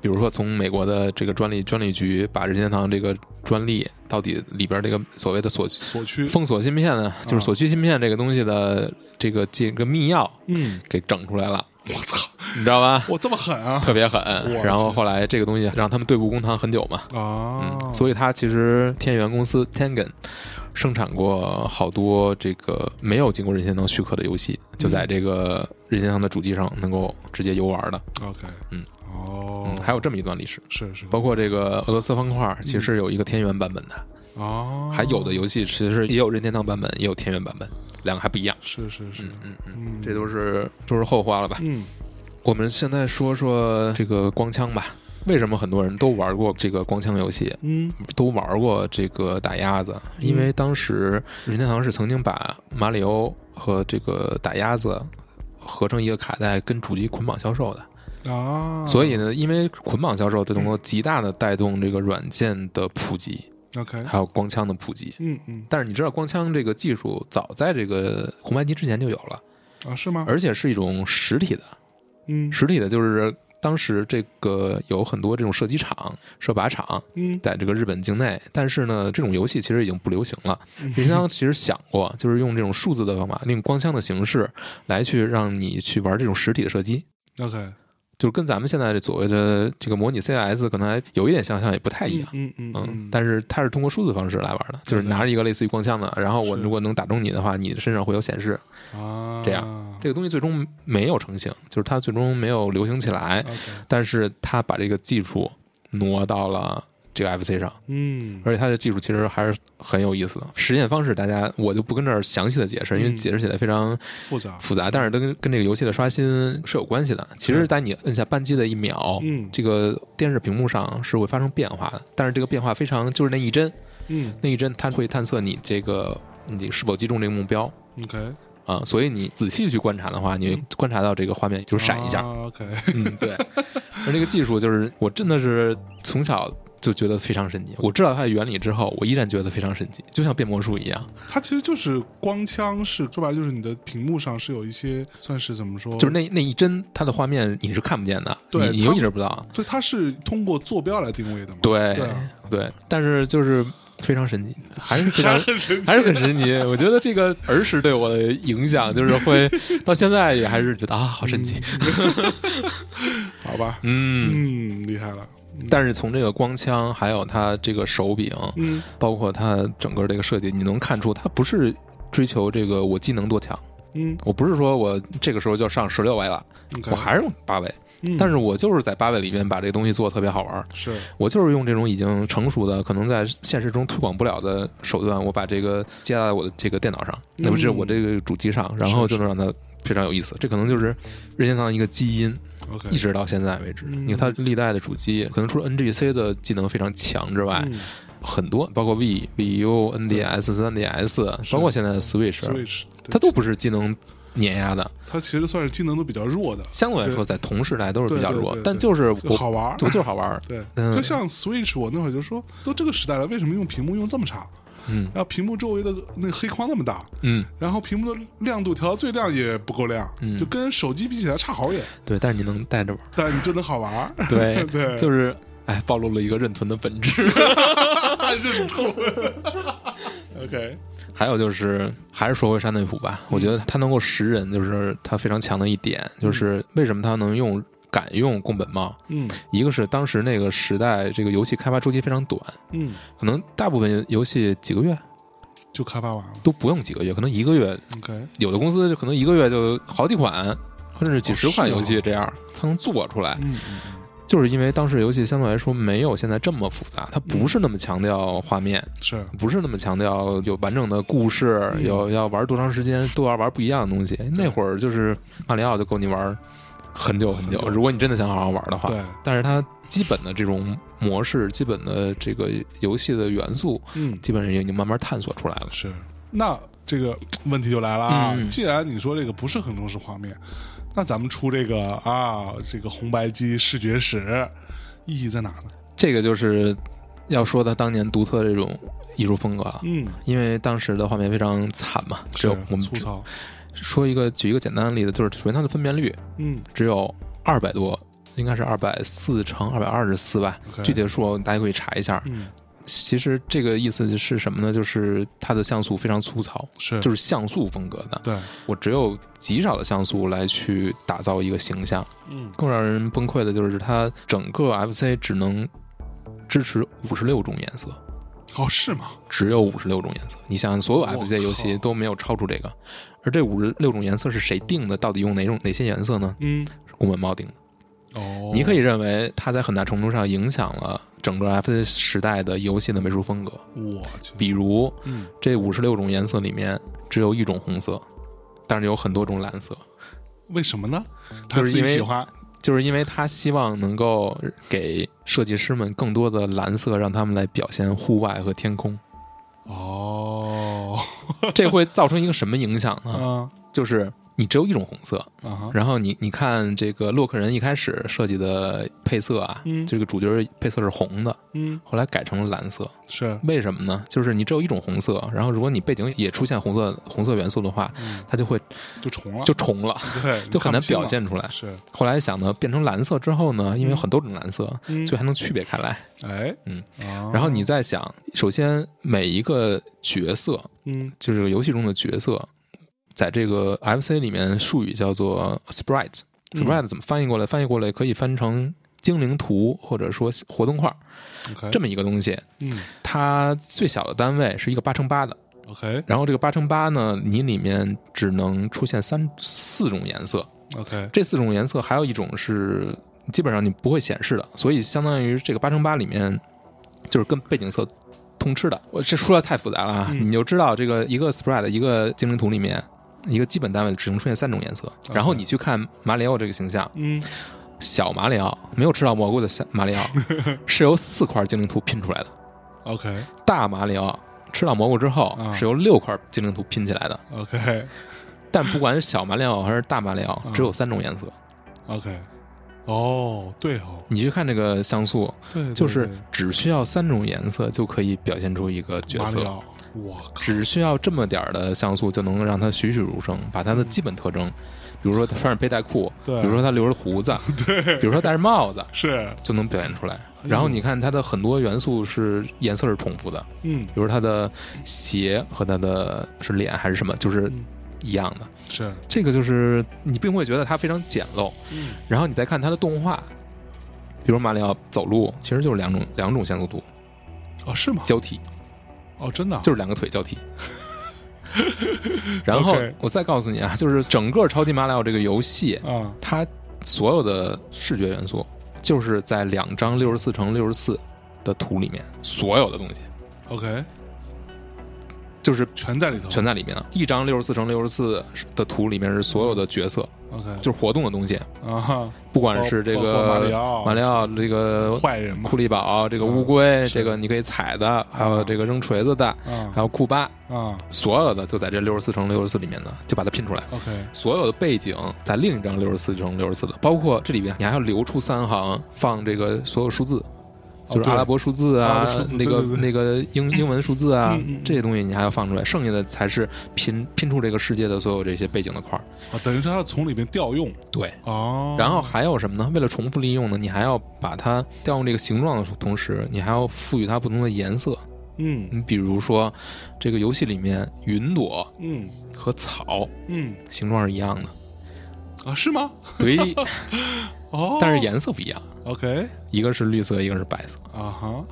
比如说从美国的这个专利专利局把任天堂这个专利到底里边这个所谓的所
所趋，
封锁芯片呢，
啊
就是所需芯片这个东西的这个这个密钥
嗯，
给整出来了，
我操，
你知道吧？
我这么狠啊
特别狠
我，
然后
去
后来这个东西让他们对簿公堂很久嘛，
啊！
嗯所以它其实天元公司 Tengen 生产过好多这个没有经过任天堂许可的游戏，
嗯
就在这个任天堂的主机上能够直接游玩的。
OK，
嗯
哦
嗯，，还有这么一段历史，
是是
包括这个俄罗斯方块，其实是有一个天元版本的，
啊，
还有的游戏其实也有任天堂版本，也有天元版本，两个还不一样。
是是是
嗯，嗯嗯，
嗯，
这都是都是后话了吧？
嗯
我们现在说说这个光枪吧。为什么很多人都玩过这个光枪游戏？
嗯
都玩过这个打鸭子，因为当时任天堂是曾经把马里欧和这个打鸭子合成一个卡带，跟主机捆绑销售的。
啊，
所以呢，因为捆绑销售，就能够极大的带动这个软件的普及，
OK，
还有光枪的普及。
嗯嗯
但是你知道，光枪这个技术早在这个红白机之前就有了，
啊，是吗？
而且是一种实体的，
嗯
实体的就是。当时这个有很多这种射击场、射靶场，
嗯
在这个日本境内，但是呢，这种游戏其实已经不流行了。任天 堂其实想过，就是用这种数字的方法，用光枪的形式来去让你去玩这种实体的射击，
，OK，
就是跟咱们现在这所谓的这个模拟 CS 可能还有一点相像，也不太一样。
嗯嗯
嗯
嗯，，
但是它是通过数字方式来玩的，就是拿着一个类似于光枪的，然后我
是
如果能打中你的话，你的身上会有显示。
啊，
这样这个东西最终没有成型，就是它最终没有流行起来，
OK，
但是它把这个技术挪到了这个 FC 上。
嗯
而且它的技术其实还是很有意思的。实验方式大家我就不跟这儿详细的解释，因为
嗯
解释起来非常
复杂，
复杂，但是它跟跟这个游戏的刷新是有关系的。其实，在你摁下扳机的一秒，
嗯
这个电视屏幕上是会发生变化的，但是这个变化非常就是那一帧，
嗯
那一帧它会探测你这个你是否击中这个目标。
，OK，
啊、所以你仔细去观察的话，你会观察到这个画面就闪一下，
啊，OK，
嗯，对。而这个技术就是我真的是从小就觉得非常神奇。我知道它的原理之后，我依然觉得非常神奇，就像变魔术一样，
它其实就是光枪是，说白了就是你的屏幕上是有一些算是怎么说，
就是那那一帧它的画面你是看不见的，
哦对
你你
它
又意识不到，
对，它是通过坐标来定位的嘛？
对
对啊。
对但是就是非常神奇，还是非 常
很神奇
还是很神奇，我觉得这个儿时对我的影响就是会到现在也还是觉得啊，好神奇，
好吧？
嗯。
嗯，厉害了，
但是从这个光枪，还有它这个手柄，
嗯
包括它整个这个设计，你能看出它不是追求这个我技能多强，
嗯
我不是说我这个时候就上十六位了，
，OK，
我还是用八位，
嗯
但是我就是在八位里面把这个东西做的特别好玩儿，
是
我就是用这种已经成熟的，可能在现实中推广不了的手段，我把这个接到我的这个电脑上，
嗯
那不是我这个主机上，然后就能让它非常有意思。这可能就是任天堂的一个基因，
OK，
一直到现在为止。
嗯
你看它历代的主机，可能除了 NGC 的技能非常强之外，
嗯
很多包括 V、VU、NDS、3DS，包括现在的 Switch，
，Switch，对
它都不是技能碾压的。
它其实算是技能都比较弱的，
相对来说，在同时代都是比较
对对
弱
对，对
但就是
就
我
好玩儿
我就是好玩儿。
对，
嗯
就像 Switch，我那会儿就说，都这个时代了，为什么用屏幕用这么差？
嗯，
然后屏幕周围的那个黑框那么大，
嗯，
然后屏幕的亮度调到最亮也不够亮，就跟手机比起来差好远，
对，但是你能带着玩儿，
但你真的好玩儿，
对
对
就是哎，暴露了一个任豚的本质。
认同。OK，
还有就是，还是说回山内溥吧，我觉得他能够识人，就是他非常强的一点，就是为什么他能用。敢用宫本茂，
嗯
一个是当时那个时代，这个游戏开发周期非常短，
嗯，
可能大部分游戏几个月
就开发完了。
都不用几个月，可能一个月，
OK，
有的公司就可能一个月就好几款，甚至几十
哦
款
是啊
游戏这样，才能做出来。
嗯
就是因为当时游戏相对来说没有现在这么复杂，它不是那么强调画面，
是，
不是那么强调有完整的故事，
嗯
有要玩多长时间，都要玩不一样的东西。那会儿就是马里奥就够你玩很久很久，
很久
如果你真的想好好玩的话。
对，
但是它基本的这种模式、基本的这个游戏的元素，
嗯
基本上已经慢慢探索出来了。
是。那这个问题就来了啊，
嗯
既然你说这个不是很重视画面，那咱们出这个啊，这个红白机视觉史意义在哪呢？
这个就是要说它当年独特的这种艺术风格了。
嗯，
因为当时的画面非常惨嘛，只
是
有我们
粗糙，
说一个举一个简单的例子，就是首先它的分辨率
嗯
只有二百多，应该是二百四乘二百二十四吧
OK
具体的数大家可以查一下。
嗯，
其实这个意思是什么呢？就是它的像素非常粗糙，
是，
就是是像素风格的，
对，
我只有极少的像素来去打造一个形象。
嗯
更让人崩溃的就是它整个 FC 只能支持五十六种颜色。
哦，是吗？
只有五十六种颜色。你想想，所有
我靠
FC 游戏都没有超出这个，而这五十六种颜色是谁定的？到底用哪种哪些颜色呢？
嗯，
是宫本茂定的。
哦，
你可以认为它在很大程度上影响了整个 FC 时代的游戏的美术风格。
我去，
比如
嗯，
这五十六种颜色里面只有一种红色，但是有很多种蓝色，
为什么呢？他
就是
自己
因为
喜欢，
就是因为他希望能够给设计师们更多的蓝色，让他们来表现户外和天 空。
哦，
这会造成一个什么影响呢？
啊
就是你只有一种红色，
啊哈，
然后你你看这个洛克人一开始设计的配色啊，
嗯
这个主角配色是红的，
嗯，
后来改成了蓝色，
是，
为什么呢？就是你只有一种红色，然后如果你背景也出现红色红色元素的话，
嗯，
它就会
就重了，
就重了，
对，你
就
看不
很难
清
表
了，
现出来。
是，
后来想呢，变成蓝色之后呢，因为有很多种蓝色，
嗯
所以还能区别开来。
哎，
嗯
啊，
然后你再想，首先每一个角色，
嗯，
就是游戏中的角色，在这个 FC 里面术语叫做 sprite。
嗯
sprite 怎么翻译过来？翻译过来可以翻成精灵图或者说活动块儿
OK，
这么一个东西。
嗯
它最小的单位是一个八乘八的，
，OK
然后这个八乘八呢，你里面只能出现三四种颜色，
OK，
这四种颜色还有一种是基本上你不会显示的，所以相当于这个八乘八里面就是跟背景色通吃的。我这说的太复杂了，啊，
嗯
你就知道这个一个 spread 一个精灵图里面。一个基本单位只能出现三种颜色，然后
OK
你去看马里奥这个形象，
嗯，
小马里奥没有吃到蘑菇的小马里 奥是由四块精灵图拼出来的，
OK
大马里奥吃到蘑菇之后
啊
是由六块精灵图拼起来的，
OK
但不管是小马里奥还是大马里奥，
啊
只有三种颜色。
OK，哦，对哦，
你去看这个像素，
对，对
就是
对
只需要三种颜色就可以表现出一个角
马里
色，
奥，我靠，
只需要这么点儿的像素就能让它栩栩如生，把它的基本特征，比如说他穿着背带裤，
嗯对
比如说他留着胡 子，对，比如说戴着帽子，
是，
就能表现出来。
哎
然后你看它的很多元素是颜色是重复的，
嗯，
比如它的鞋和它的是脸还是什么，就是
嗯
一样的。
是，
这个就是你并不会觉得它非常简陋，
嗯，
然后你再看它的动画，比如马里奥走路，其实就是两种两种像素图
哦，是吗？
交替，
哦，真的啊，
就是两个腿交替。 然后
OK
我再告诉你啊，就是整个《超级马里奥》这个游戏，
啊，
它所有的视觉元素就是在两张六十四乘六十四的图里面所有的东西，
OK，
就是
全在里头，
全在里面了。一张六十四乘六十四的图里面是所有的角色，
OK
就是活动的东西，
啊哈，
不管是这
包括
个
马里奥
马里奥这个
坏人嘛
库利宝，这个乌龟，
是
这个你可以踩的，还有这个扔锤子的，还
啊
有库巴，
啊
所有的就在这六十四乘六十四里面的，就把它拼出来。
，OK
所有的背景在另一张六十四乘六十四的，包括这里边你还要留出三行放这个所有数字，
哦
就是阿拉伯数字
阿拉
啊
伯数，字
那个
对对
那个英英文数字啊
嗯嗯嗯，
这些东西你还要放出来，剩下的才是拼拼出这个世界的所有这些背景的块儿。
啊，等于是他从里面调用
对，
哦，
然后还有什么呢？为了重复利用呢，你还要把它调用这个形状的同时，你还要赋予它不同的颜色。
嗯
你比如说，这个游戏里面云朵
嗯
和草
嗯
形状是一样的，
啊，是吗？
对，
哦，
但是颜色不一样，
OK
一个是绿色，一个是白色。
啊哈，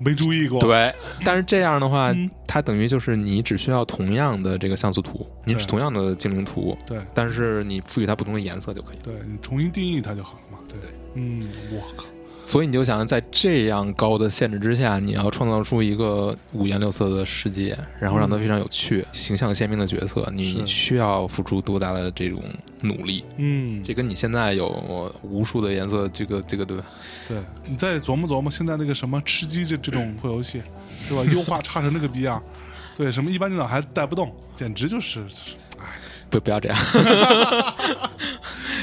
没注意过，
对，啊但是这样的话，
嗯
它等于就是你只需要同样的这个像素图，你
对
同样的精灵图，
对
但是你赋予它不同的颜色就可以了。
对，你重新定义它就好了嘛，对，嗯，我靠，
所以你就想在这样高的限制之下，你要创造出一个五颜六色的世界，然后让它非常有趣、形象鲜明的角色，你
嗯是
需要付出多大的这种努力？
嗯，
这跟你现在有无数的颜色，这个这个对吧？
对，你再琢磨琢磨现在那个什么吃鸡这这种破游戏，是 吧？优化差成这个逼样，对，什么一般电脑还带不动，简直就是，就是
不不要这样，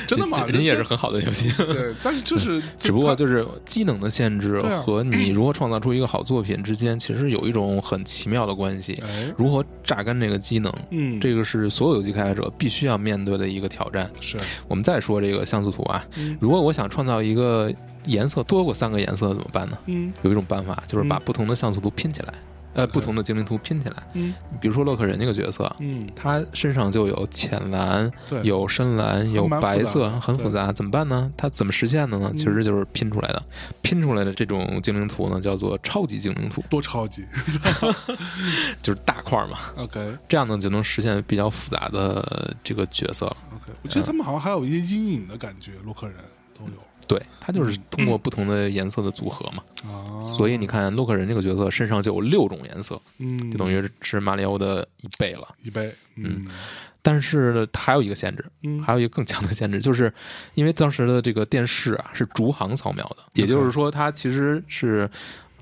真的吗？
人也是
这
很好的游戏。
对，但是 就是，
只不过就是机能的限制
对啊
和你如何创造出一个好作品之间，其实有一种很奇妙的关系。
哎，
如何榨干这个机能，
嗯，
这个是所有游戏开发者必须要面对的一个挑战。
是
我们再说这个像素图啊
嗯，
如果我想创造一个颜色多过三个颜色怎么办呢？
嗯
有一种办法就是把不同的像素图拼起来，呃，
对
不同的精灵图拼起来。
嗯
比如说洛克人这个角色，啊
嗯，
他身上就有浅蓝、
对，
有深蓝、有
蛮复杂的
白色，很复杂，怎么办呢？它怎么实现的呢？
嗯
其实就是拼出来的，拼出来的这种精灵图呢，叫做超级精灵图，
多超级
就是大块儿嘛，
，OK
这样呢就能实现比较复杂的这个角色了。
OK，我觉得他们好像还有一些阴影的感觉，洛克人都有
对，它
嗯
就是通过不同的颜色的组合嘛。
啊，
所以你看，洛克人这个角色身上就有六种颜色，
嗯，
就等于是马里奥的一倍了。
一杯，嗯
但是呢它还有一个限制，
嗯，
还有一个更强的限制，就是因为当时的这个电视啊是逐行扫描的，也就是说，它其实是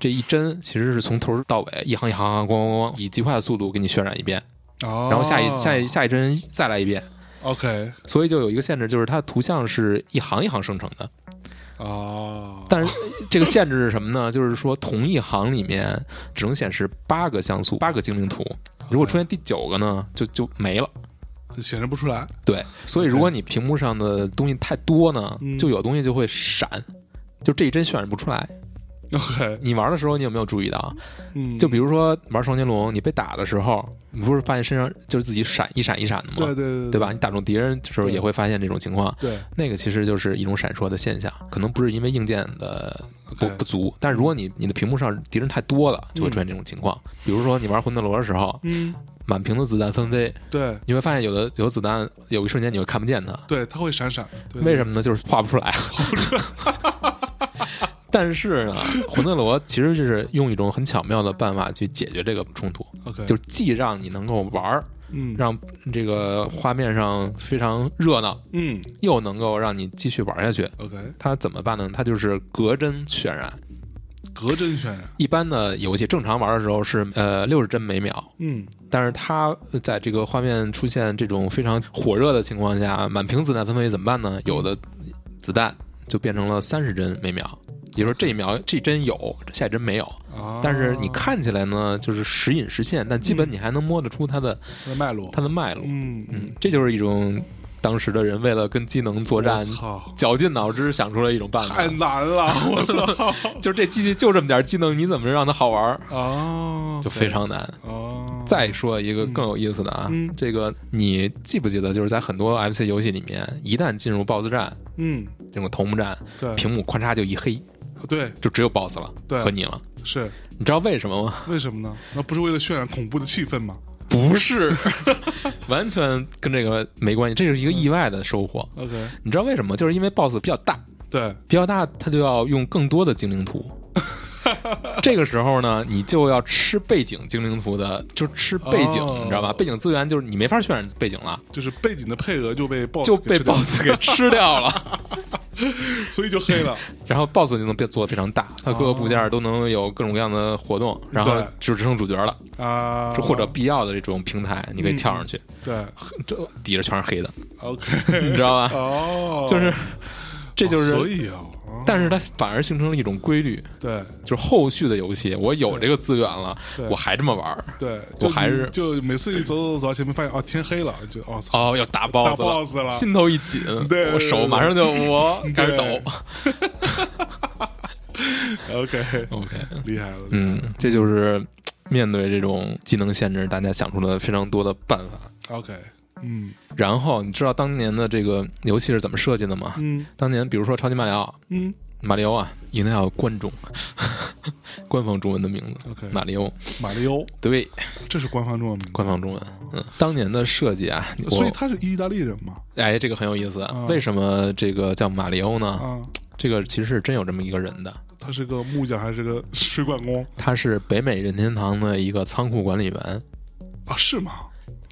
这一帧其实是从头到尾一行一行行咣咣咣以极快的速度给你渲染一遍，
哦，
然后下一、下一下一帧再来一遍。
OK
所以就有一个限制，就是它的图像是一行一行生成的。
啊，
但是这个限制是什么呢？ 就是说同一行里面只能显示八个像素、八个精灵图，如果出现第九个呢，就就没了。
显示不出来，
对，所以如果你屏幕上的东西太多呢
嗯，
就有东西就会闪，就这一帧渲染不出来。
OK，
你玩的时候，你有没有注意到啊？
嗯，
就比如说玩双截龙，你被打的时候，你不是发现身上就是自己闪一闪一闪的吗？
对对对
对吧？你打中敌人的时候
对
也会发现这种情况，
对
那个其实就是一种闪烁的现象，可能不是因为硬件的不
，OK，
不足，但是如果你你的屏幕上敌人太多了，就会出现这种情况。比如说你玩魂斗罗的时候，
嗯，
满屏的子弹纷飞，
对
你会发现有的有的子弹有一瞬间你会看不见它，
对，它会闪闪，对
为什么呢？就是画不出来。但是呢，魂斗罗其实就是用一种很巧妙的办法去解决这个冲突，
？OK，
就是既让你能够玩儿，
嗯
让这个画面上非常热闹，
嗯
又能够让你继续玩下去。
，OK，
它怎么办呢？它就是隔帧渲染。
隔帧渲染，
一般的游戏正常玩的时候是呃六十帧每秒，
嗯
但是它在这个画面出现这种非常火热的情况下，满屏子弹纷飞怎么办呢？有的子弹就变成了三十帧每秒，也就是说这一
嗯
秒这帧有，下一帧没有。
啊，
但是你看起来呢，就是时隐时现，但基本你还能摸得出它的
它的脉络，
它的脉络。
嗯
嗯，这就是一种当时的人为了跟机能作 战
我，操，
绞尽脑汁想出了一种办
太
法。
难了，我 操，
就是这机器就这么点技能，你怎么让它好玩儿？
啊，
就非常难。
啊，
再说一个更有意思的啊，
嗯
这个你记不记得？就是在很多 FC 游戏里面，一旦进入 BOSS 战
嗯，
这种头目战，
对啊
屏幕咔嚓就一黑，
对
就只有 BOSS 了
对
和你了。
是
你知道为什么吗？
为什么呢？那不是为了渲染恐怖的气氛吗
不是， 完全跟这个没关系，这是一个意外的收获。
？OK，
你知道为什么吗？就是因为 BOSS 比较大，
对
比较大，它就要用更多的精灵图。这个时候呢，你就要吃背景精灵图的，就吃背景，
哦
你知道吧？背景资源就是你没法渲染背景了，
就是背景的配额就被 boss
就被
给吃掉
BOSS 给吃掉了。
所以就黑了。
然后 BOSS 就能变做的非常大，它各个部件都能有各种各样的活动，然后
哦对
就只剩主角了，
啊，
就或者必要的这种平台，你可以跳上去，
对
这底下全是黑的，
，OK，
你 知道吧？
哦，
就是，这就
哦所
是，
以啊，哦
但是它反而形成了一种规律，
对
就是后续的游戏，我有这个资源了
对，
我还这么玩儿，
对，就
我还
你
是
就每次一走走走到前面，发现哦天黑了，就哦操，
哦，要打 BOSS
打 boss 了
心头一紧，
对
我手马上就我开始抖
对 OK，
，OK，
厉害了，
嗯，这就是面对这种技能限制，大家想出了非常多的办法。
，OK，嗯
然后你知道当年的这个游戏是怎么设计的吗？
嗯
当年比如说超级马里奥，
嗯
马里奥啊，一定要有观众， 官方中文的名字
OK
马里奥，
马里欧，
对，
这是官方中文名字，
官方中文。嗯，当年的设计啊，我
所以他是意大利人嘛？
哎，这个很有意思。
啊
为什么这个叫马里奥呢？
啊，
这个其实是真有这么一个人的，
他是个木匠还是个水管工
他是北美任天堂的一个仓库管理员。
啊？是吗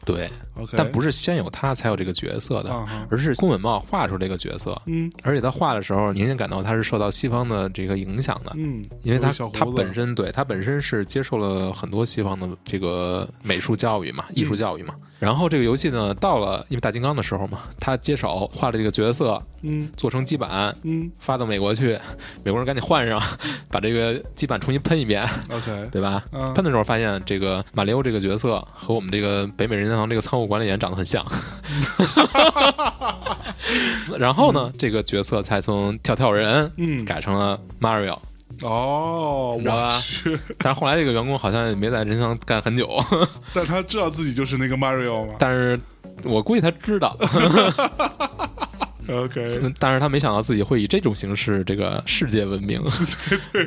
对，
？OK，
但不
是
是先有他才有这个角色的，
啊哈，
而是宫本茂画出这个角色。
嗯
而且他画的时候，明显感到他是受到西方的这个影响的，
嗯，
因为
有
他
一小
他
胡子
本身对他本身是接受了很多西方的这个美术教育嘛、艺
嗯
术教育嘛。然后这个游戏呢，到了因为大金刚的时候嘛，他接手画了这个角色，
嗯
做成基板。
嗯
发到美国去，美国人赶紧换上，把这个基板重新喷一遍，
，OK，
对吧？
啊
喷的时候发现这个马里奥这个角色和我们这个北美任天堂这个仓库管理员长得很 像，然后呢，这个角色才从跳跳人
嗯，
改成了 Mario，
哦，
你知道
我
吧
去，
但是后来这个员工好像也没在任天堂干很久，
但他知道自己就是那个 Mario 吗
但是我估计他知道，
？OK，
但是他没想到自己会以这种形式这个世界闻名，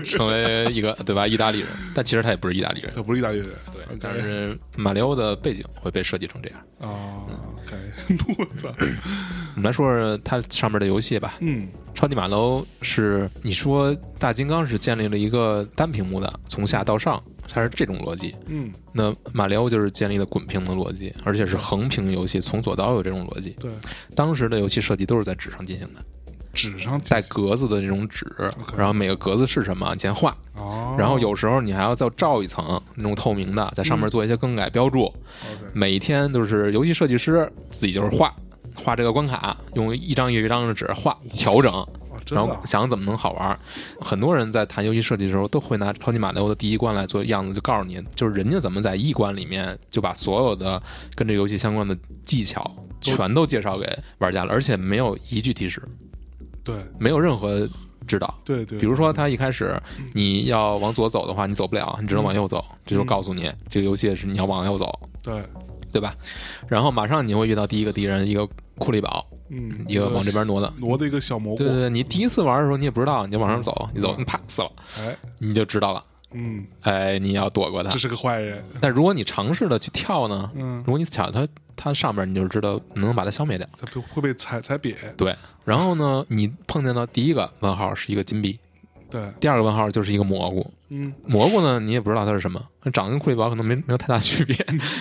成为一个对吧意大利人，但其实他也不是意大利人。
他不是意大利人，
对
OK
但是马里奥的背景会被设计成这样。
啊，OK，我 操，
我们来说说它上面的游戏吧。
嗯
超级马里奥是你说大金刚是建立了一个单屏幕的，从下到上，它是这种逻辑。
嗯，
那马里奥就是建立的滚屏的逻辑，而且是横屏游戏，从左到右这种逻辑。
对，
当时的游戏设计都是在纸上进行的，
纸上
带格子的这种纸，
OK
然后每个格子是什么，你先画，
哦，
然后有时候你还要再罩一层那种透明
嗯
的，在上面做一些更改标注。
OK，
每天都是游戏设计师自己就是画画这个关卡，用一张一张的纸画调整，
哇，真
嗯然
的
后
啊
想怎么能好玩儿。很多人在谈游戏设计的时候，都会拿超级马里奥的第一关来做样子，就告诉你，就是人家怎么在一关里面就把所有的跟这个游戏相关的技巧全都介绍给玩家了，而且没有一句提示，
对
没有任何指导。
对对，
比如说，他一开始你要往左走的话，你走不了，你只能往右走，这就告诉
嗯
你这个游戏是你要往右走，
对，
对吧？然后马上你会遇到第一个敌人，一个库里堡，
嗯，
一个往这边挪的。
挪的一个小蘑菇
对，对对，你第一次玩的时候你也不知道，你就往上走，你走，你啪死了，
哎，
你就知道了。
嗯，
哎，你要躲过它
这。是个坏人，
但如果你尝试的去跳呢，
嗯
如，果你抢它，它上面你就知道能把它消灭掉。
他会被踩踩瘪，
对，然后呢，你碰见的第一个问号是一个金币，
对，
第二个问号就是一个蘑菇。
嗯，
蘑菇呢，你也不知道它是什么，长得跟库里堡可能没没有太大 区别。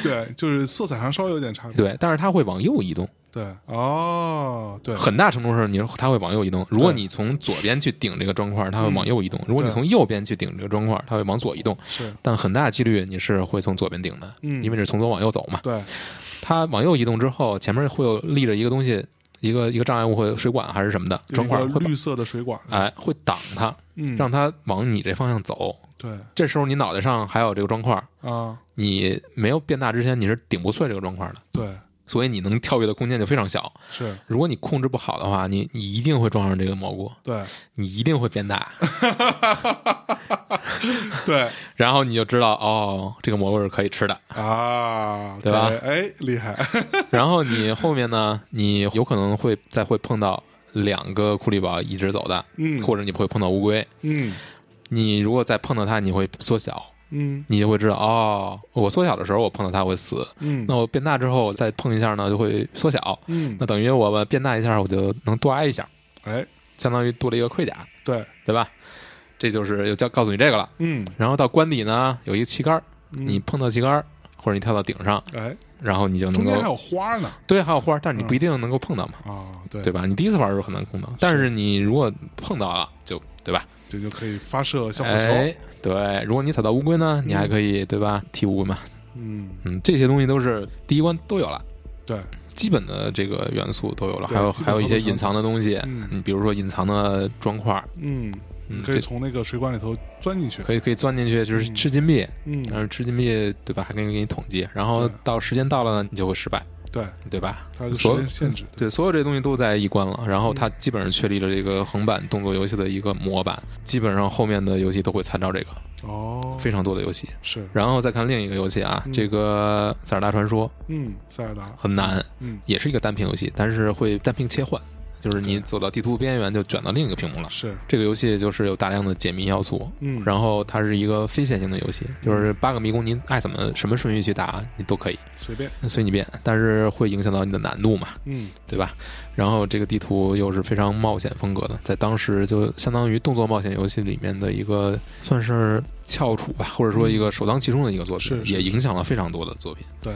对，就是色彩上稍微有点差别，
对，但是它会往右移动，
对，哦，对，
很大程度上你是它会往右移动。如果你从左边去顶这个砖块，它会往右移动；如果你
对
从右边去顶这个砖块，它会往左移动。
是，
但很大几率你是会从左边顶的，
嗯
因为是从左往右走嘛。
对，
它往右移动之后，前面会有立着一个东西，一个一个障碍物或水管还是什么的
有
砖
一
块
个
会把
绿色的水管，
哎会挡它，
嗯，
让它往你这方向走。
对，
这时候你脑袋上还有这个砖块，
啊，
你没有变大之前你是顶不碎这个砖块的，
对，
所以你能跳跃的空间就非常小。
是，
如果你控制不好的话，你你一定会撞上这个蘑菇，
对，
你一定会 变大，
对，
然后你就知道哦，这个蘑菇是可以吃的。
啊，
对吧
哎，厉害，
然后你后面呢，你有可能会再会碰到两个库里堡一直走的，
嗯
或者你会碰到乌龟。
嗯
你如果再碰到它，你会缩小，
嗯
你就会知道哦，我缩小的时候我碰到它会死，
嗯
那我变大之后再碰一下呢就会缩小，
嗯，
那等于我变大一下我就能多挨一下，
哎，
相当于多了一个盔甲，
对，
对吧？这就是又教告诉你这个了。
嗯，
然后到官邸呢，有一个旗杆儿，你碰到旗杆儿，或者你跳到顶上，
哎，
然后你就能
中间还
够
有花呢
对，还有花儿，但是你不一定能够碰到嘛，
啊，对，
对吧？你第一次玩的时候很难碰到，但是你如果碰到了，就对吧？
这就可以发射小火球，
哎，对，如果你踩到乌龟呢，你还可以对吧？踢乌龟嘛，
嗯，
嗯，这些东西都是第一关都有了。
对，
基本的这个元素都有了，
对
还有
基本
还有一些
操作
隐藏的东西，
嗯
你比如说隐藏的砖块，
嗯，
嗯，
可以
这
从那个水管里头钻进去，
可以可以钻进去，就是
嗯
吃金币，
嗯，
但是吃金币对吧，还可以给你统计，然后
对
到时间到了呢，你就会失败，
对，嗯
对吧？
它有个时
所
间限制，
对，所有这些东西都在一关了，然后它基本上确立了这个横版动作游戏的一个模板，基本上后面的游戏都会参照这个，
哦，
非常多的游戏。
是，
然后再看另一个游戏啊，
嗯
这个《塞尔达传说》
嗯，塞尔达，
很难，
嗯，
也是一个单屏游戏，但是会单屏切换，就是你
对
走到地图边缘就卷到另一个屏幕了。
是，
这个游戏就是有大量的解谜要素，
嗯，
然后它是一个非线性的游戏，就是八个迷宫，您爱怎么什么顺序去打，你都可以，
随便，
随你便，但是会影响到你的难度嘛，
嗯，
对吧？然后这个地图又是非常冒险风格的，在当时就相当于动作冒险游戏里面的一个算是翘楚吧，或者说一个首当其冲的一个作品，
嗯是是
也影响了非常多的作品。
对。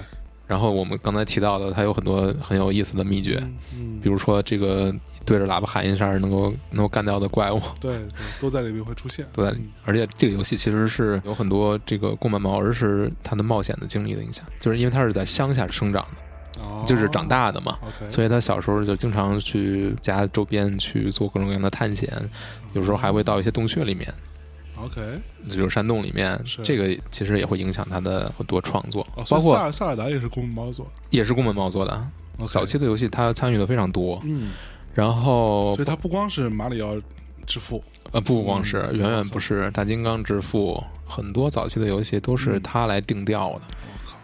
然后我们刚才提到的，它有很多很有意思的秘诀，
嗯，嗯，
比如说这个对着喇叭喊一声能够能够干掉的怪物，
对，对都在里面会出现，
都在里
嗯
而且这个游戏其实是有很多这个宫本茂儿是他的冒险的经历的影响，就是因为他是在乡下生长的，
哦，
就是长大的嘛，
，OK，
所以他小时候就经常去家周边去做各种各样的探险，有时候还会到一些洞穴里面，
OK，
就是山洞里面
是，
这个其实也会影响他的很多创作
哦，，所
包
以塞
括
尔塞尔达也是公猫做的
也是宫本茂做的，啊
，OK，
早期的游戏他参与的非常多，
嗯，
然后
所以它不光是马里奥之父，
呃，不光是，
嗯
远远不是。大金刚之父，很多早期的游戏都是
嗯
他来定调的。
我靠，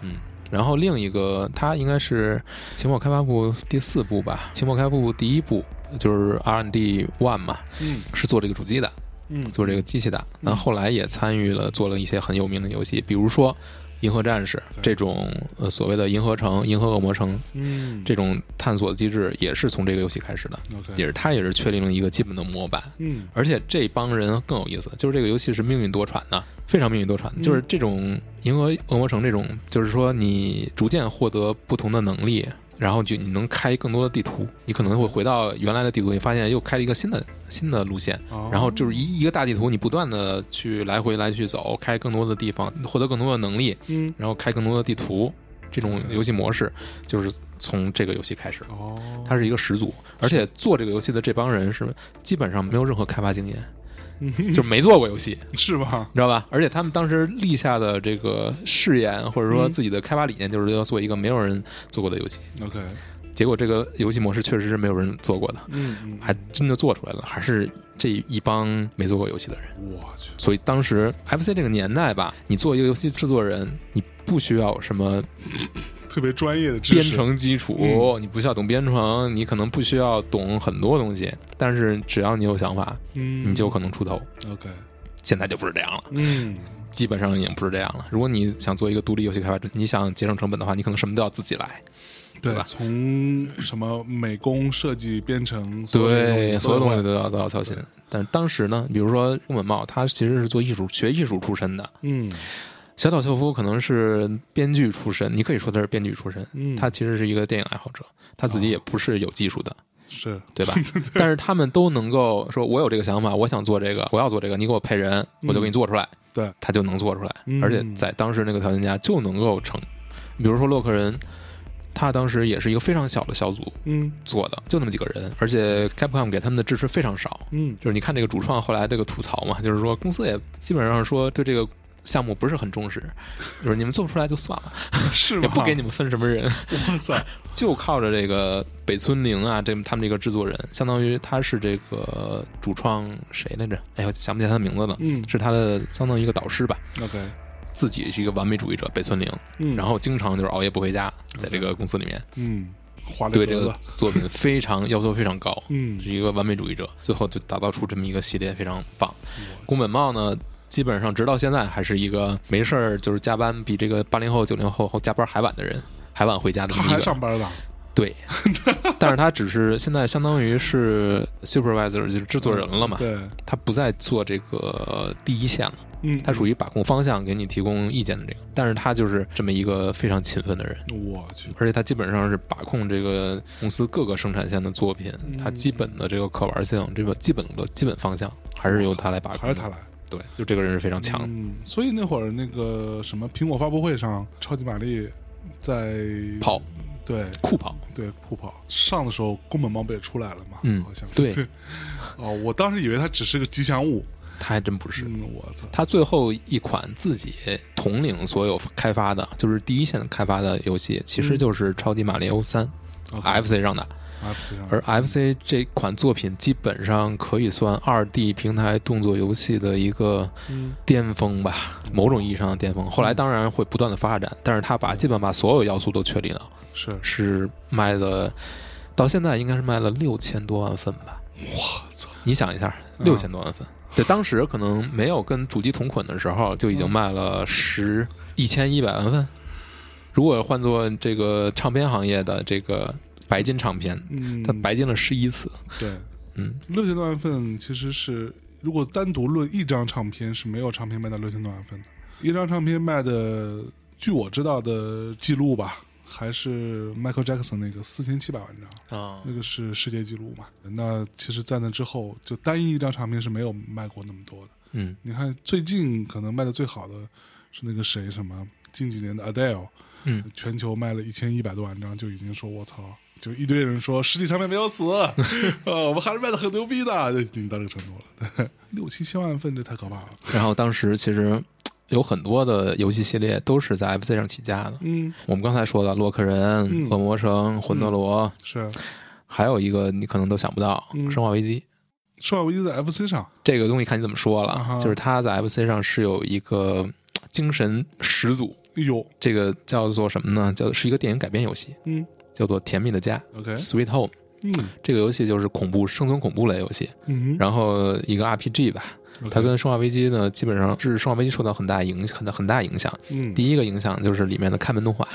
然后另一个，他应该是期末开发部第四部吧？期末开发部第一部就是 R&D One 嘛，
嗯
是做这个主机的，
嗯，
做这个机器的。但后来也参与了做了一些很有名的游戏，比如说《银河战士》
对
这种呃所谓的银河城、银河恶魔城
嗯，
这种探索机制，也是从这个游戏开始的，
OK，
也是他也是确定了一个基本的模板。
嗯
而且这帮人更有意思，就是这个游戏是命运多舛的，非常命运多舛。
嗯
就是这种银河恶魔城这种，就是说你逐渐获得不同的能力，然后就你能开更多的地图，你可能会回到原来的地图，你发现又开了一个新的新的路线，
哦
然后就是一一个大地图，你不断的去来回来去走，开更多的地方，获得更多的能力，
嗯
然后开更多的地图。这种游戏模式就是从这个游戏开始的，
哦，
它是一个始祖，而且做这个游戏的这帮人是基本上没有任何开发经验，
嗯
就没做过游戏，
是吧？
你知道吧？而且他们当时立下的这个誓言，或者说自己的开发理念，就是要做一个没有人做过的游戏。
OK，
结果这个游戏模式确实是没有人做过的，
嗯，
还真的做出来了，还是这一帮没做过游戏的人。
我去，
所以当时 FC 这个年代吧，你做一个游戏制作人，你不需要什么
特别专业的知
编
识，
程基础，
嗯
你不需要懂编程，你可能不需要懂很多东西，但是只要你有想法，
嗯，
你就可能出头。
OK，
现在就不是这样了。
嗯，
基本上已经不是这样了。如果你想做一个独立游戏开发者，你想节省成本的话，你可能什么都要自己来。
对
吧，
从什么美工设计、编程，
对，所有东西
的，
都要都要操心。但是当时呢，比如说宫本茂，他其实是做艺术、学艺术出身的；
嗯
小岛秀夫可能是编剧出身，你可以说他是编剧出身。
嗯，哦
他其实是一个电影爱好者，他自己也不是有技术 的，
是
对吧？但是他们都能够说，我有这个想法，我想做这个，我要做这个，你给我配人，我就给你做出来。
嗯对，
他就能做出来，
嗯
而且在当时那个条件下就能够成。比如说洛克人，他当时也是一个非常小的小组
嗯
做的，就那么几个人，而且 Capcom 给他们的支持非常少。
嗯
就是你看这个主创后来这个吐槽嘛，就是说公司也基本上说对这个项目不是很重视，就是你们做不出来就算了，
是
也
吧？
不给你，们分什么 人，
我 操，
就靠着这个北村绫啊，这他们这个制作人，相当于他是这个主创谁来着？哎呦，想不起来他的名字了，
嗯
是他的相当于一个导师吧。
，OK，
自己是一个完美主义者，北村绫，
嗯，
然后经常就是熬夜不回家，在这个公司里面
嗯，花
对
里
这
格
个
子，
作品非常要求非常高，
嗯
是一个完美主义者，最后就打造出这么一个系列非常棒
我。
宫本茂呢，基本上直到现在还是一个没事儿就是加班比这个八零后九零后加班还晚的人，还晚回家的这
他
么一
还
个
上班的，
对，但是他只是现在相当于是 supervisor，就是制作人了嘛，
嗯对，
他不再做这个第一线了，
嗯，
他属于把控方向，给你提供意见的这个，但是他就是这么一个非常勤奋的人。
我去，
而且他基本上是把控这个公司各个生产线的作品，
嗯
它基本的这个可玩性，这个基本的基本方向还是由他来把控，
还是他来。
对，就这个人是非常强的。
嗯，所以那会儿那个什么苹果发布会上，超级玛丽在
跑，
对
酷跑，
对酷跑上的时候，宫本茂不也出来了嘛？
嗯
好像
对
哦，我当时以为它只是个吉祥物。
他还真不是。
嗯，我操，
他最后一款自己统领所有开发的，就是第一线开发的游戏，其实就是《超级玛丽欧三》
F
FC 上的。
F 上
而 FC 这款作品基本上可以算二 D 平台动作游戏的一个
嗯
巅峰吧，某种意义上的巅峰。后来当然会不断的发展，但是它把基本把所有要素都确立了，
是
是卖了，到现在应该是卖了六千多万份吧。
我操，
你想一下，
嗯
六千多万份，在当时可能没有跟主机同捆的时候，就已经卖了十一千一百万份。如果换做这个唱片行业的这个白金唱片，
嗯，
它白金了十一次。
对，
嗯，
六千多万份其实是，如果单独论一张唱片是没有唱片卖到六千多万份的，一张唱片卖的，据我知道的记录吧，还是 Michael Jackson 那个四千七百万张，
啊
那个是世界纪录嘛。那其实，在那之后，就单一一张唱片是没有卖过那么多的。
嗯
你看，最近可能卖的最好的是那个谁什么，近几年的 Adele，
嗯，
全球卖了一千一百多万张，就已经说我操，就一堆人说实体唱片没有死，呃，我们还是卖的很牛逼的，就已经到这个程度了， 对六七千万份，这太可怕了。
然后当时其实有很多的游戏系列都是在 FC 上起家的。
嗯，
我们刚才说的《洛克人》
嗯
恶魔城》《魂斗罗》
是啊《
还有一个你可能都想不到，
嗯
生化危机》
生化危机》在 FC 上，
这个东西看你怎么说了。
啊哈
就是它在 FC 上是有一个嘖精神始祖，
哎呦，
这个叫做什么呢？叫是一个电影改编游戏，
嗯
叫做《甜蜜的家》
，OK，
（Sweet Home）。
嗯
这个游戏就是恐怖生存恐怖类游戏，
嗯
然后一个 RPG 吧。
哼，
它
OK，
跟《生化危机》呢，基本上是《生化危机》受到很大影很大很大影响。
嗯
第一个影响就是里面的开门动画，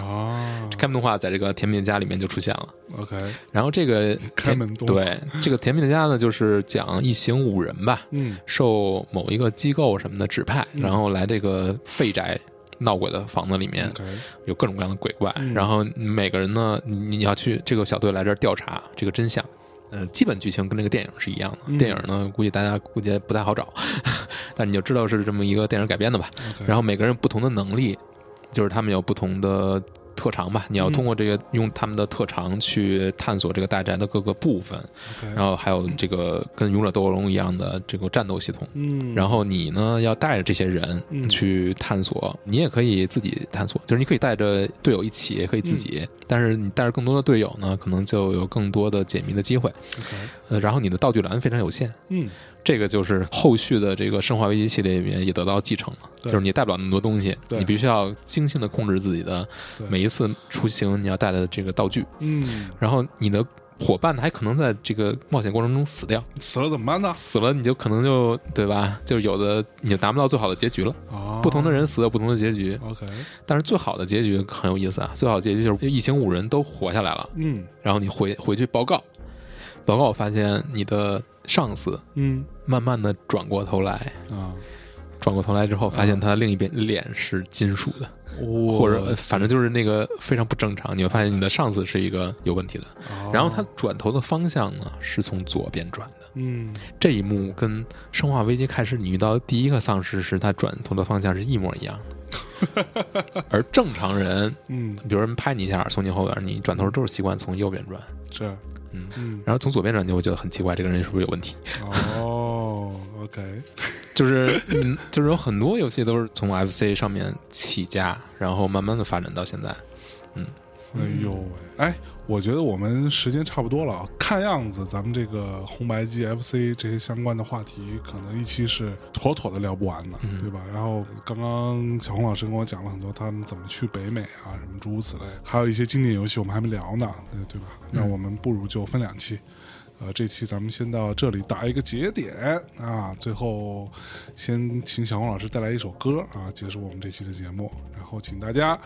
啊
开门动画在这个《甜蜜的家》里面就出现了。
，OK，
然后这个
开门动画
对这个《甜蜜的家》呢，就是讲一行五人吧，
嗯
受某一个机构什么的指派，然后来这个废宅闹鬼的房子里面，
，OK，
有各种各样的鬼怪。
嗯
然后每个人呢，你你要去这个小队来这儿调查这个真相。呃，基本剧情跟这个电影是一样的。
嗯
电影呢，估计大家估计不太好找， 但你就知道是这么一个电影改编的吧。
OK
然后每个人有不同的能力，就是他们有不同的特长
嗯
吧。你要通过这个用他们的特长去探索这个大宅的各个部分，然
OK，
后还有这个跟勇者斗恶龙一样的这个战斗系统。
嗯，
然后你呢要带着这些人
嗯
去探索，你也可以自己探索，就是你可以带着队友一起，也可以自
嗯
己，但是你带着更多的队友呢，可能就有更多的解谜的机会。
OK，
呃，然后你的道具栏非常有限，
嗯
这个就是后续的这个《生化危机》系列里面也得到继承了，
对
就是你带不了那么多东西，
对
你必须要精心的控制自己的
对
每一次出行你要带的这个道具，
嗯，
然后你的伙伴还可能在这个冒险过程中死掉，
死了怎么办呢？
死了你就可能就对吧，就有的你就拿不到最好的结局了。
啊，
不同的人死有不同的结局，
，OK，
但是最好的结局很有意思啊！最好的结局就是一行五人都活下来了，
嗯
然后你回回去报告，报告发现你的上司
嗯
慢慢的转过头来，
啊，
转过头来之后发现他另一边脸是金属的，
嗯我
或者呃反正就是那个非常不正常。你会发现你的上司是一个有问题的，
哦
然后他转头的方向呢是从左边转的。
嗯
这一幕跟《生化危机》开始你遇到的第一个丧尸时，他转头的方向是一模一样 的。而正常人，
嗯
比如人拍你一下，从你后边，你转头都是习惯从右边转，
是
嗯
嗯
然后从左边转你就会觉得很奇怪，这个人是不是有问 题？
哦 OK
就是，嗯， 就是有很多游戏都是从 FC 上面起家，然后慢慢的发展到现在。
哎呦喂哎我觉得我们时间差不多了啊，看样子咱们这个红白机 FC 这些相关的话题，可能一期是妥妥的聊不完的，对吧？然后刚刚小红老师跟我讲了很多他们怎么去北美啊，什么诸如此类，还有一些经典游戏我们还没聊呢，对对吧？那我们不如就分两期。呃，这期咱们先到这里打一个节点啊，最后先请小红老师带来一首歌啊，结束我们这期的节目。然后请大家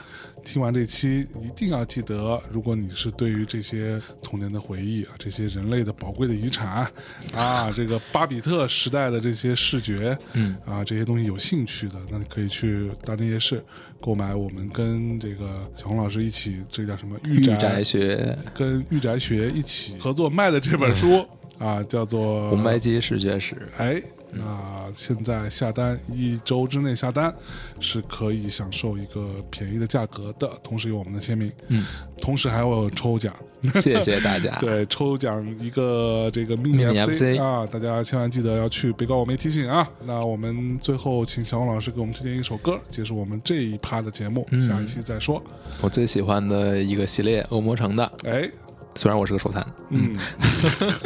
听完这期一定要记得，如果你是对于这些童年的回忆啊，这些人类的宝贵的遗产 啊，这个巴比特时代的这些视觉，嗯啊这些东西有兴趣的，那你可以去大内夜市购买我们跟这个小红老师一起这叫什么
御
宅
宅学、
跟御宅学一起合作卖的这本书、啊，叫做《
红白机视觉 史》。
哎，那现在下单一周之内下单是可以享受一个便宜的价格的，同时有我们的签名，嗯，同时还会有抽奖，
谢谢大家。
对，抽奖一个这个嗯 mini
Mini FC
啊，大家千万记得要去，别怪我没提醒啊。那我们最后请小王老师给我们推荐一首歌，结束我们这一趴的节目，下一期再说。
我最喜欢的一个系列《恶魔城》的，
哎，
虽然我是个手残，
嗯，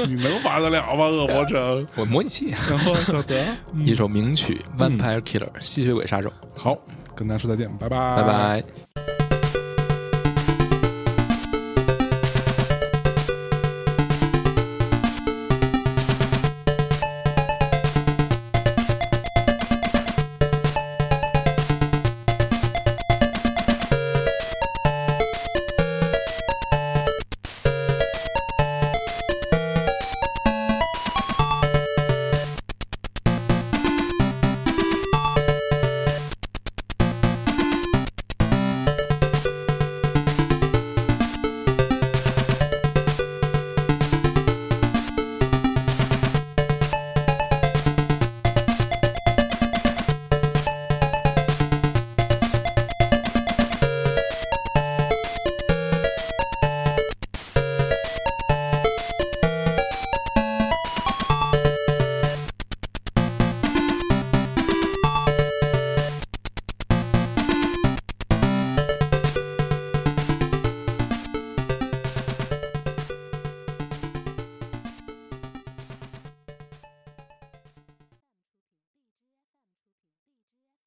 你能玩得了吗？恶魔 城，
我模拟器，
然后就得
一首名曲《Vampire Killer》吸血鬼杀手。
好，跟大家说再见，拜拜，
拜拜。